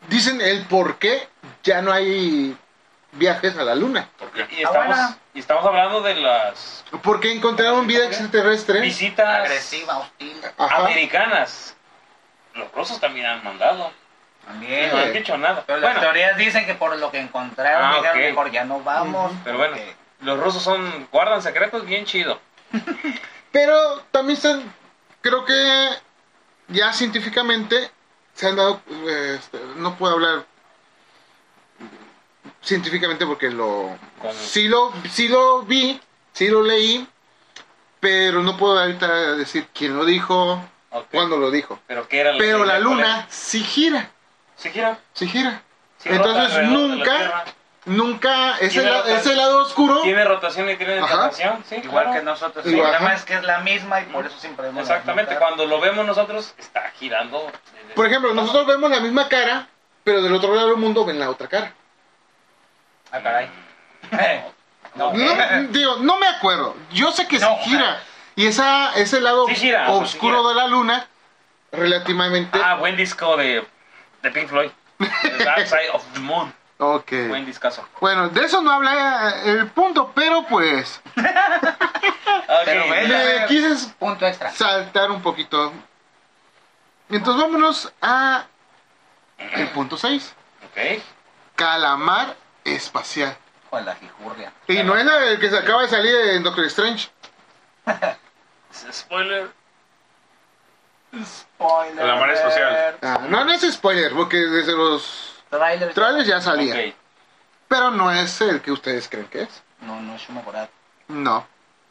Speaker 1: dicen el por qué ya no hay viajes a la luna.
Speaker 4: ¿Por qué?
Speaker 2: y estamos,
Speaker 3: Abuela.
Speaker 2: y estamos hablando de las
Speaker 1: Porque encontraron vida extraterrestre.
Speaker 2: visitas
Speaker 3: Agresiva, hostil.
Speaker 2: Ah,
Speaker 1: Ajá.
Speaker 2: americanas. Los rusos también han mandado.
Speaker 3: También.
Speaker 2: No
Speaker 1: Sí.
Speaker 2: han dicho nada.
Speaker 3: Pero las
Speaker 2: bueno,
Speaker 3: teorías dicen que por lo que encontraron,
Speaker 2: Ah,
Speaker 3: dijeron
Speaker 2: ok.
Speaker 3: mejor ya no vamos.
Speaker 2: pero bueno,
Speaker 3: porque-
Speaker 2: los rusos son guardan secretos bien chido.
Speaker 1: Pero también están, creo que ya científicamente se han dado, eh, este, no puedo hablar científicamente porque lo,
Speaker 2: Con-
Speaker 1: sí lo, sí lo vi, sí lo leí, pero no puedo ahorita decir quién lo dijo,
Speaker 2: Ok.
Speaker 1: cuándo lo dijo.
Speaker 2: Pero que era la
Speaker 1: Pero
Speaker 2: teoría?
Speaker 1: la
Speaker 2: ¿Cuál
Speaker 1: luna
Speaker 2: era?
Speaker 1: sí gira,
Speaker 2: Sí gira.
Speaker 1: sí gira.
Speaker 2: sí rota
Speaker 1: Entonces
Speaker 2: alrededor de la
Speaker 1: nunca,
Speaker 2: Tierra.
Speaker 1: nunca, ese,
Speaker 2: Tiene
Speaker 1: la-
Speaker 2: rotación.
Speaker 1: ese lado oscuro,
Speaker 2: Tiene rotación y tiene
Speaker 1: Ajá.
Speaker 2: rotación, sí.
Speaker 3: Igual
Speaker 2: claro.
Speaker 3: que nosotros.
Speaker 1: Igual,
Speaker 3: el problema
Speaker 1: ajá.
Speaker 3: es que es la misma y por eso siempre vemos
Speaker 2: Exactamente,
Speaker 3: la misma
Speaker 2: cuando lo vemos nosotros está girando.
Speaker 1: por ejemplo, nosotros vemos la misma cara, pero del otro lado del mundo ven la otra cara.
Speaker 7: Ah, caray.
Speaker 3: Eh,
Speaker 7: no,
Speaker 2: Eh,
Speaker 1: No, digo, no me acuerdo. Yo sé que
Speaker 7: No.
Speaker 1: se gira. Y esa, ese lado
Speaker 2: Sí gira, o sea, sí
Speaker 1: oscuro
Speaker 2: gira.
Speaker 1: de la luna, relativamente.
Speaker 2: Ah, buen disco de, de Pink Floyd. The Dark Side of the Moon.
Speaker 1: ok.
Speaker 2: Buen discazo.
Speaker 1: Bueno, de eso no habla eh, el punto, pero pues
Speaker 2: Ok.
Speaker 3: bueno.
Speaker 1: me
Speaker 3: Pero-
Speaker 1: quise
Speaker 3: Punto extra.
Speaker 1: saltar un poquito. Entonces vámonos a el punto 6.
Speaker 2: Ok.
Speaker 1: Calamar espacial.
Speaker 3: Hijo de la jijurria.
Speaker 1: Y no es la del que se acaba de salir en Doctor Strange.
Speaker 2: Spoiler.
Speaker 4: La mar espacial.
Speaker 1: Ah, no, no es spoiler, porque desde los
Speaker 3: Trailer.
Speaker 1: trailers ya salía.
Speaker 2: Ok.
Speaker 1: Pero no es el que ustedes creen que es.
Speaker 3: No, no es Shumogorat.
Speaker 1: No.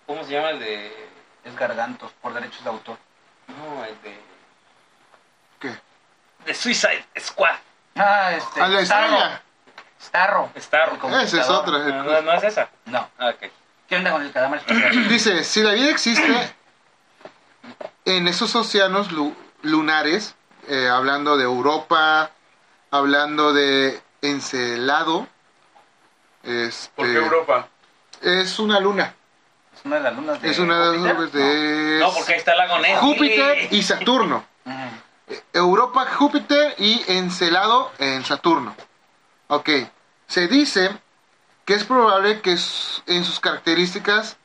Speaker 2: ¿Cómo se llama el de.?
Speaker 3: Es Gargantos por derechos de autor.
Speaker 2: No, el de.
Speaker 1: ¿Qué?
Speaker 2: De Suicide Squad.
Speaker 3: Ah, este.
Speaker 1: A la
Speaker 3: Starro.
Speaker 1: estrella.
Speaker 3: Starro.
Speaker 2: Starro.
Speaker 3: El
Speaker 1: Esa es
Speaker 3: conquistador.
Speaker 1: otra.
Speaker 2: No, no, no es esa.
Speaker 3: No.
Speaker 2: Ah, Ok.
Speaker 3: ¿Qué onda con el cadáver espacial?
Speaker 1: Dice, si la vida existe en esos océanos lu- lunares, eh, hablando de Europa, hablando de Encelado, este,
Speaker 4: ¿Por qué Europa?
Speaker 1: es una luna,
Speaker 3: Es una de las lunas de.
Speaker 1: es una de,
Speaker 3: Júpiter,
Speaker 1: de-
Speaker 2: No, porque ahí está la Ness.
Speaker 1: Júpiter y Saturno.
Speaker 3: ¿no? Mm. Ujú.
Speaker 1: Europa, Júpiter y Encelado en Saturno. Ok, se dice que es probable que s- en sus características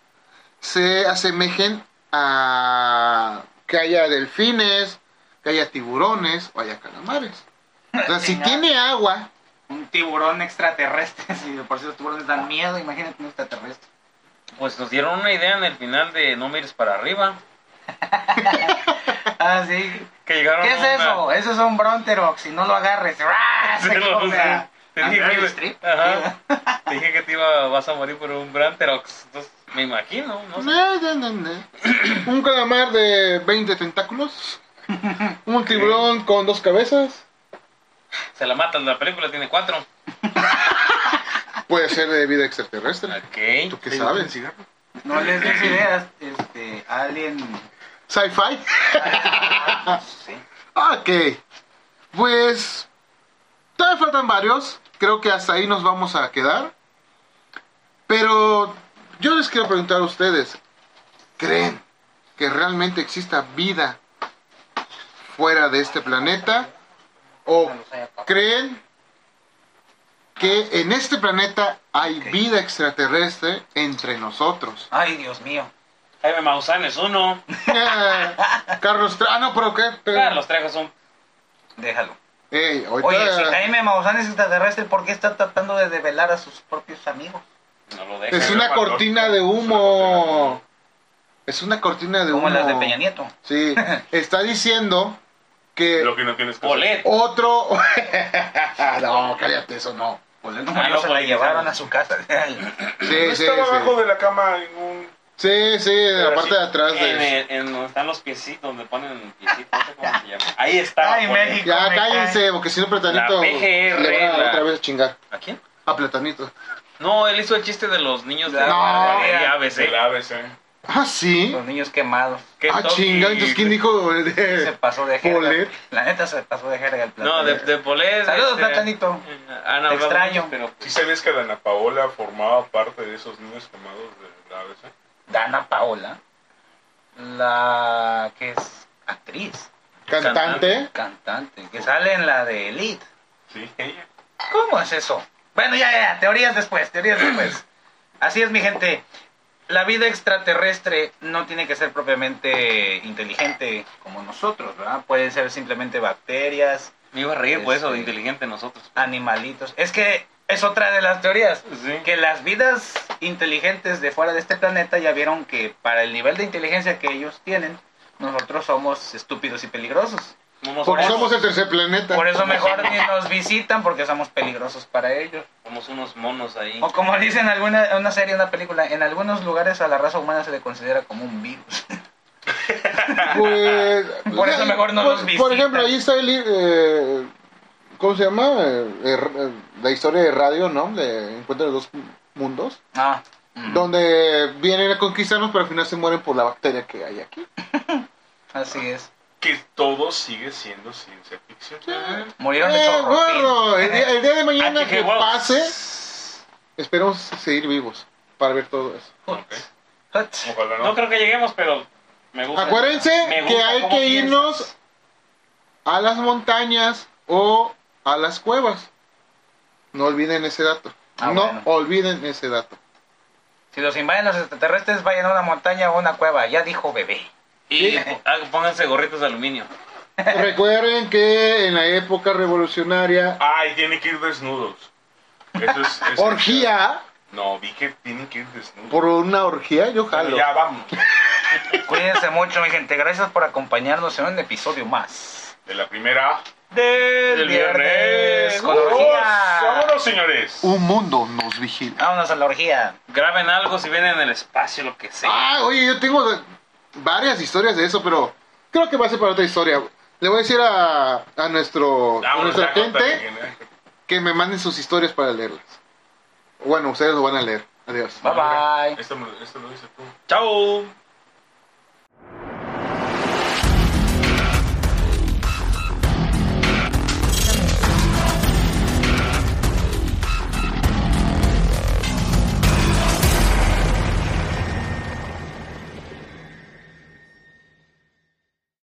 Speaker 1: se asemejen a que haya delfines, que haya tiburones o haya calamares. O sea, si
Speaker 3: Chingada.
Speaker 1: tiene agua,
Speaker 3: Un tiburón extraterrestre. Si de por si los tiburones dan miedo, imagínate un extraterrestre.
Speaker 2: Pues nos dieron una idea en el final de No mires para arriba.
Speaker 3: Ah, sí.
Speaker 2: Que llegaron
Speaker 3: ¿Qué
Speaker 2: a
Speaker 3: es
Speaker 2: una-
Speaker 3: eso? Eso es un Bronterox. Si no lo agarres, ¡ra!
Speaker 2: Ah, Sí,
Speaker 3: se
Speaker 2: lo-
Speaker 3: come a-
Speaker 2: te
Speaker 3: a
Speaker 2: dije
Speaker 3: Meryl
Speaker 2: que-
Speaker 3: Streep.
Speaker 2: ajá. Te dije que te iba, vas a morir por un Branterox. Entonces, me imagino, no sé.
Speaker 1: na, na, na, na. un calamar de 20 tentáculos, un tiburón con dos cabezas,
Speaker 2: Se la matan, la película tiene cuatro.
Speaker 1: puede ser de vida extraterrestre.
Speaker 2: Ok.
Speaker 1: ¿Tú qué sabes?
Speaker 3: No les des ideas. Este, Alien.
Speaker 1: Sci-fi.
Speaker 3: Sí.
Speaker 1: Ok. Pues. Todavía faltan varios. Creo que hasta ahí nos vamos a quedar. Pero yo les quiero preguntar a ustedes: ¿creen que realmente exista vida fuera de este planeta? ¿O creen que en este planeta hay vida extraterrestre entre nosotros?
Speaker 3: Ay, Dios mío.
Speaker 2: Jaime Maussan es uno.
Speaker 1: Eh, Carlos. Tra- Ah, no, pero ¿qué? Pero-
Speaker 2: Carlos Trejo es un.
Speaker 3: Déjalo.
Speaker 1: Ey, ahorita-
Speaker 3: Oye, si Jaime Maussan es extraterrestre, ¿por qué está tratando de develar a sus propios amigos?
Speaker 2: No lo dejes.
Speaker 1: Es una cortina de humo. Es una cortina de humo.
Speaker 3: Como las de Peña Nieto.
Speaker 1: Sí. Está diciendo que
Speaker 4: Lo que no tienes que hacer.
Speaker 2: Bolet.
Speaker 1: otro. no, cállate, eso no.
Speaker 3: Pues no,
Speaker 2: Ah, no,
Speaker 3: se la
Speaker 2: pues,
Speaker 3: llevaron
Speaker 2: no.
Speaker 3: a su casa.
Speaker 1: Sí,
Speaker 4: no
Speaker 1: sí,
Speaker 4: estaba abajo
Speaker 1: sí.
Speaker 4: de la cama ningún.
Speaker 1: Sí, sí, de la
Speaker 2: Pero
Speaker 1: parte
Speaker 2: sí,
Speaker 1: de atrás
Speaker 2: En,
Speaker 1: Oh, de.
Speaker 2: el- en donde están los piecitos, donde ponen el piecito, no sé cómo se llama. Ahí está.
Speaker 3: Ay,
Speaker 2: Bolet.
Speaker 3: México.
Speaker 1: Ya,
Speaker 3: me cae.
Speaker 1: cállense, porque si no, Platanito
Speaker 2: La PGR,
Speaker 1: le van a
Speaker 2: la-
Speaker 1: otra vez a chingar.
Speaker 2: ¿A quién?
Speaker 1: A Platanito.
Speaker 2: No, él hizo el chiste de los niños de
Speaker 1: No.
Speaker 2: de
Speaker 4: El
Speaker 2: ABC.
Speaker 4: ABC.
Speaker 1: Ah, sí.
Speaker 3: Los niños quemados.
Speaker 1: Ah,
Speaker 2: Kentucky.
Speaker 1: chinga, entonces ¿quién dijo? el
Speaker 3: Se
Speaker 1: de-
Speaker 3: pasó de jerga.
Speaker 1: Bolet.
Speaker 3: La neta se pasó de jerga el plato.
Speaker 2: No, de, de Bolet.
Speaker 3: Saludos,
Speaker 2: este,
Speaker 3: Platanito.
Speaker 2: eh, Han
Speaker 3: Te
Speaker 2: hablado
Speaker 3: extraño.
Speaker 2: mucho, pero pues,
Speaker 4: ¿Sí sabías que Dana Paola formaba parte de esos niños quemados del ABC?
Speaker 3: Dana Paola, la que es actriz,
Speaker 1: Cantante.
Speaker 3: cantante, que sale en la de Elite.
Speaker 4: Sí, ella.
Speaker 3: ¿Cómo es eso? Bueno, ya, ya, ya, teorías después, teorías después. Así es, mi gente. La vida extraterrestre no tiene que ser propiamente inteligente como nosotros, ¿verdad? Pueden ser simplemente bacterias,
Speaker 2: me iba a reír por eso de
Speaker 3: Este-
Speaker 2: inteligente nosotros.
Speaker 3: animalitos. Es que es otra de las teorías.
Speaker 2: Sí.
Speaker 3: Que las vidas inteligentes de fuera de este planeta ya vieron que para el nivel de inteligencia que ellos tienen, nosotros somos estúpidos y peligrosos.
Speaker 2: No nos
Speaker 1: Porque
Speaker 2: somos,
Speaker 1: somos el tercer planeta.
Speaker 3: Por eso mejor ni nos visitan porque somos peligrosos para ellos.
Speaker 2: somos unos monos ahí.
Speaker 3: O como dicen en alguna en una serie, en una película, en algunos lugares a la raza humana se le considera como un virus.
Speaker 1: Pues,
Speaker 3: Por eso mejor no
Speaker 1: por,
Speaker 3: los visitan.
Speaker 1: Por ejemplo, ahí está el. eh, ¿Cómo se llama? Eh, eh, la historia de radio, ¿no? De Encuentro de los Mundos.
Speaker 3: Ah. mm,
Speaker 1: Donde vienen a conquistarnos, pero al final se mueren por la bacteria que hay aquí.
Speaker 3: Así es.
Speaker 4: que todo sigue siendo ciencia ficción.
Speaker 3: Murieron de
Speaker 1: Eh,
Speaker 3: chorro. Ah,
Speaker 1: gordo, el, día, el día de mañana
Speaker 2: H.G.
Speaker 1: que
Speaker 2: Wells.
Speaker 1: pase, esperemos seguir vivos para ver todo eso.
Speaker 4: Ok.
Speaker 3: Hut.
Speaker 4: Ojalá no.
Speaker 2: No creo que lleguemos, pero me
Speaker 3: Ah,
Speaker 2: gusta.
Speaker 1: Acuérdense
Speaker 2: Me gusta
Speaker 1: que hay
Speaker 2: cómo
Speaker 1: que
Speaker 2: piensas.
Speaker 1: irnos a las montañas o a las cuevas. No olviden ese dato.
Speaker 3: Ah,
Speaker 1: no
Speaker 3: bueno.
Speaker 1: olviden ese dato.
Speaker 3: Si los invaden los extraterrestres, vayan a una montaña o a una cueva. Ya dijo bebé.
Speaker 2: Y ah, pónganse gorritos de aluminio.
Speaker 1: Recuerden que en la época revolucionaria,
Speaker 4: Ay, tienen que ir desnudos. Eso Ah, es. es-
Speaker 1: orgía,
Speaker 4: No, dije tienen que ir desnudos.
Speaker 1: por una orgía, yo
Speaker 4: Bueno,
Speaker 1: jalo.
Speaker 4: ya vamos.
Speaker 3: Cuídense mucho, mi gente. Gracias por acompañarnos en un episodio más.
Speaker 4: De la primera.
Speaker 3: Del Con orgía.
Speaker 4: Vámonos, vámonos, señores.
Speaker 1: Un mundo nos vigila.
Speaker 3: Vámonos a la orgía.
Speaker 2: Graben algo si vienen en el espacio, lo que sea.
Speaker 1: Ah, oye, yo tengo varias historias de eso, pero creo que va a ser para otra historia. Le voy a decir a, a nuestro, a
Speaker 4: Vámonos,
Speaker 1: nuestra
Speaker 4: ya,
Speaker 1: gente
Speaker 4: cuéntale, ¿eh?
Speaker 1: que me manden sus historias para leerlas. Bueno, ustedes lo van a leer. Adiós.
Speaker 3: Bye bye.
Speaker 4: Esto, me lo- esto lo dices tú.
Speaker 2: Chao.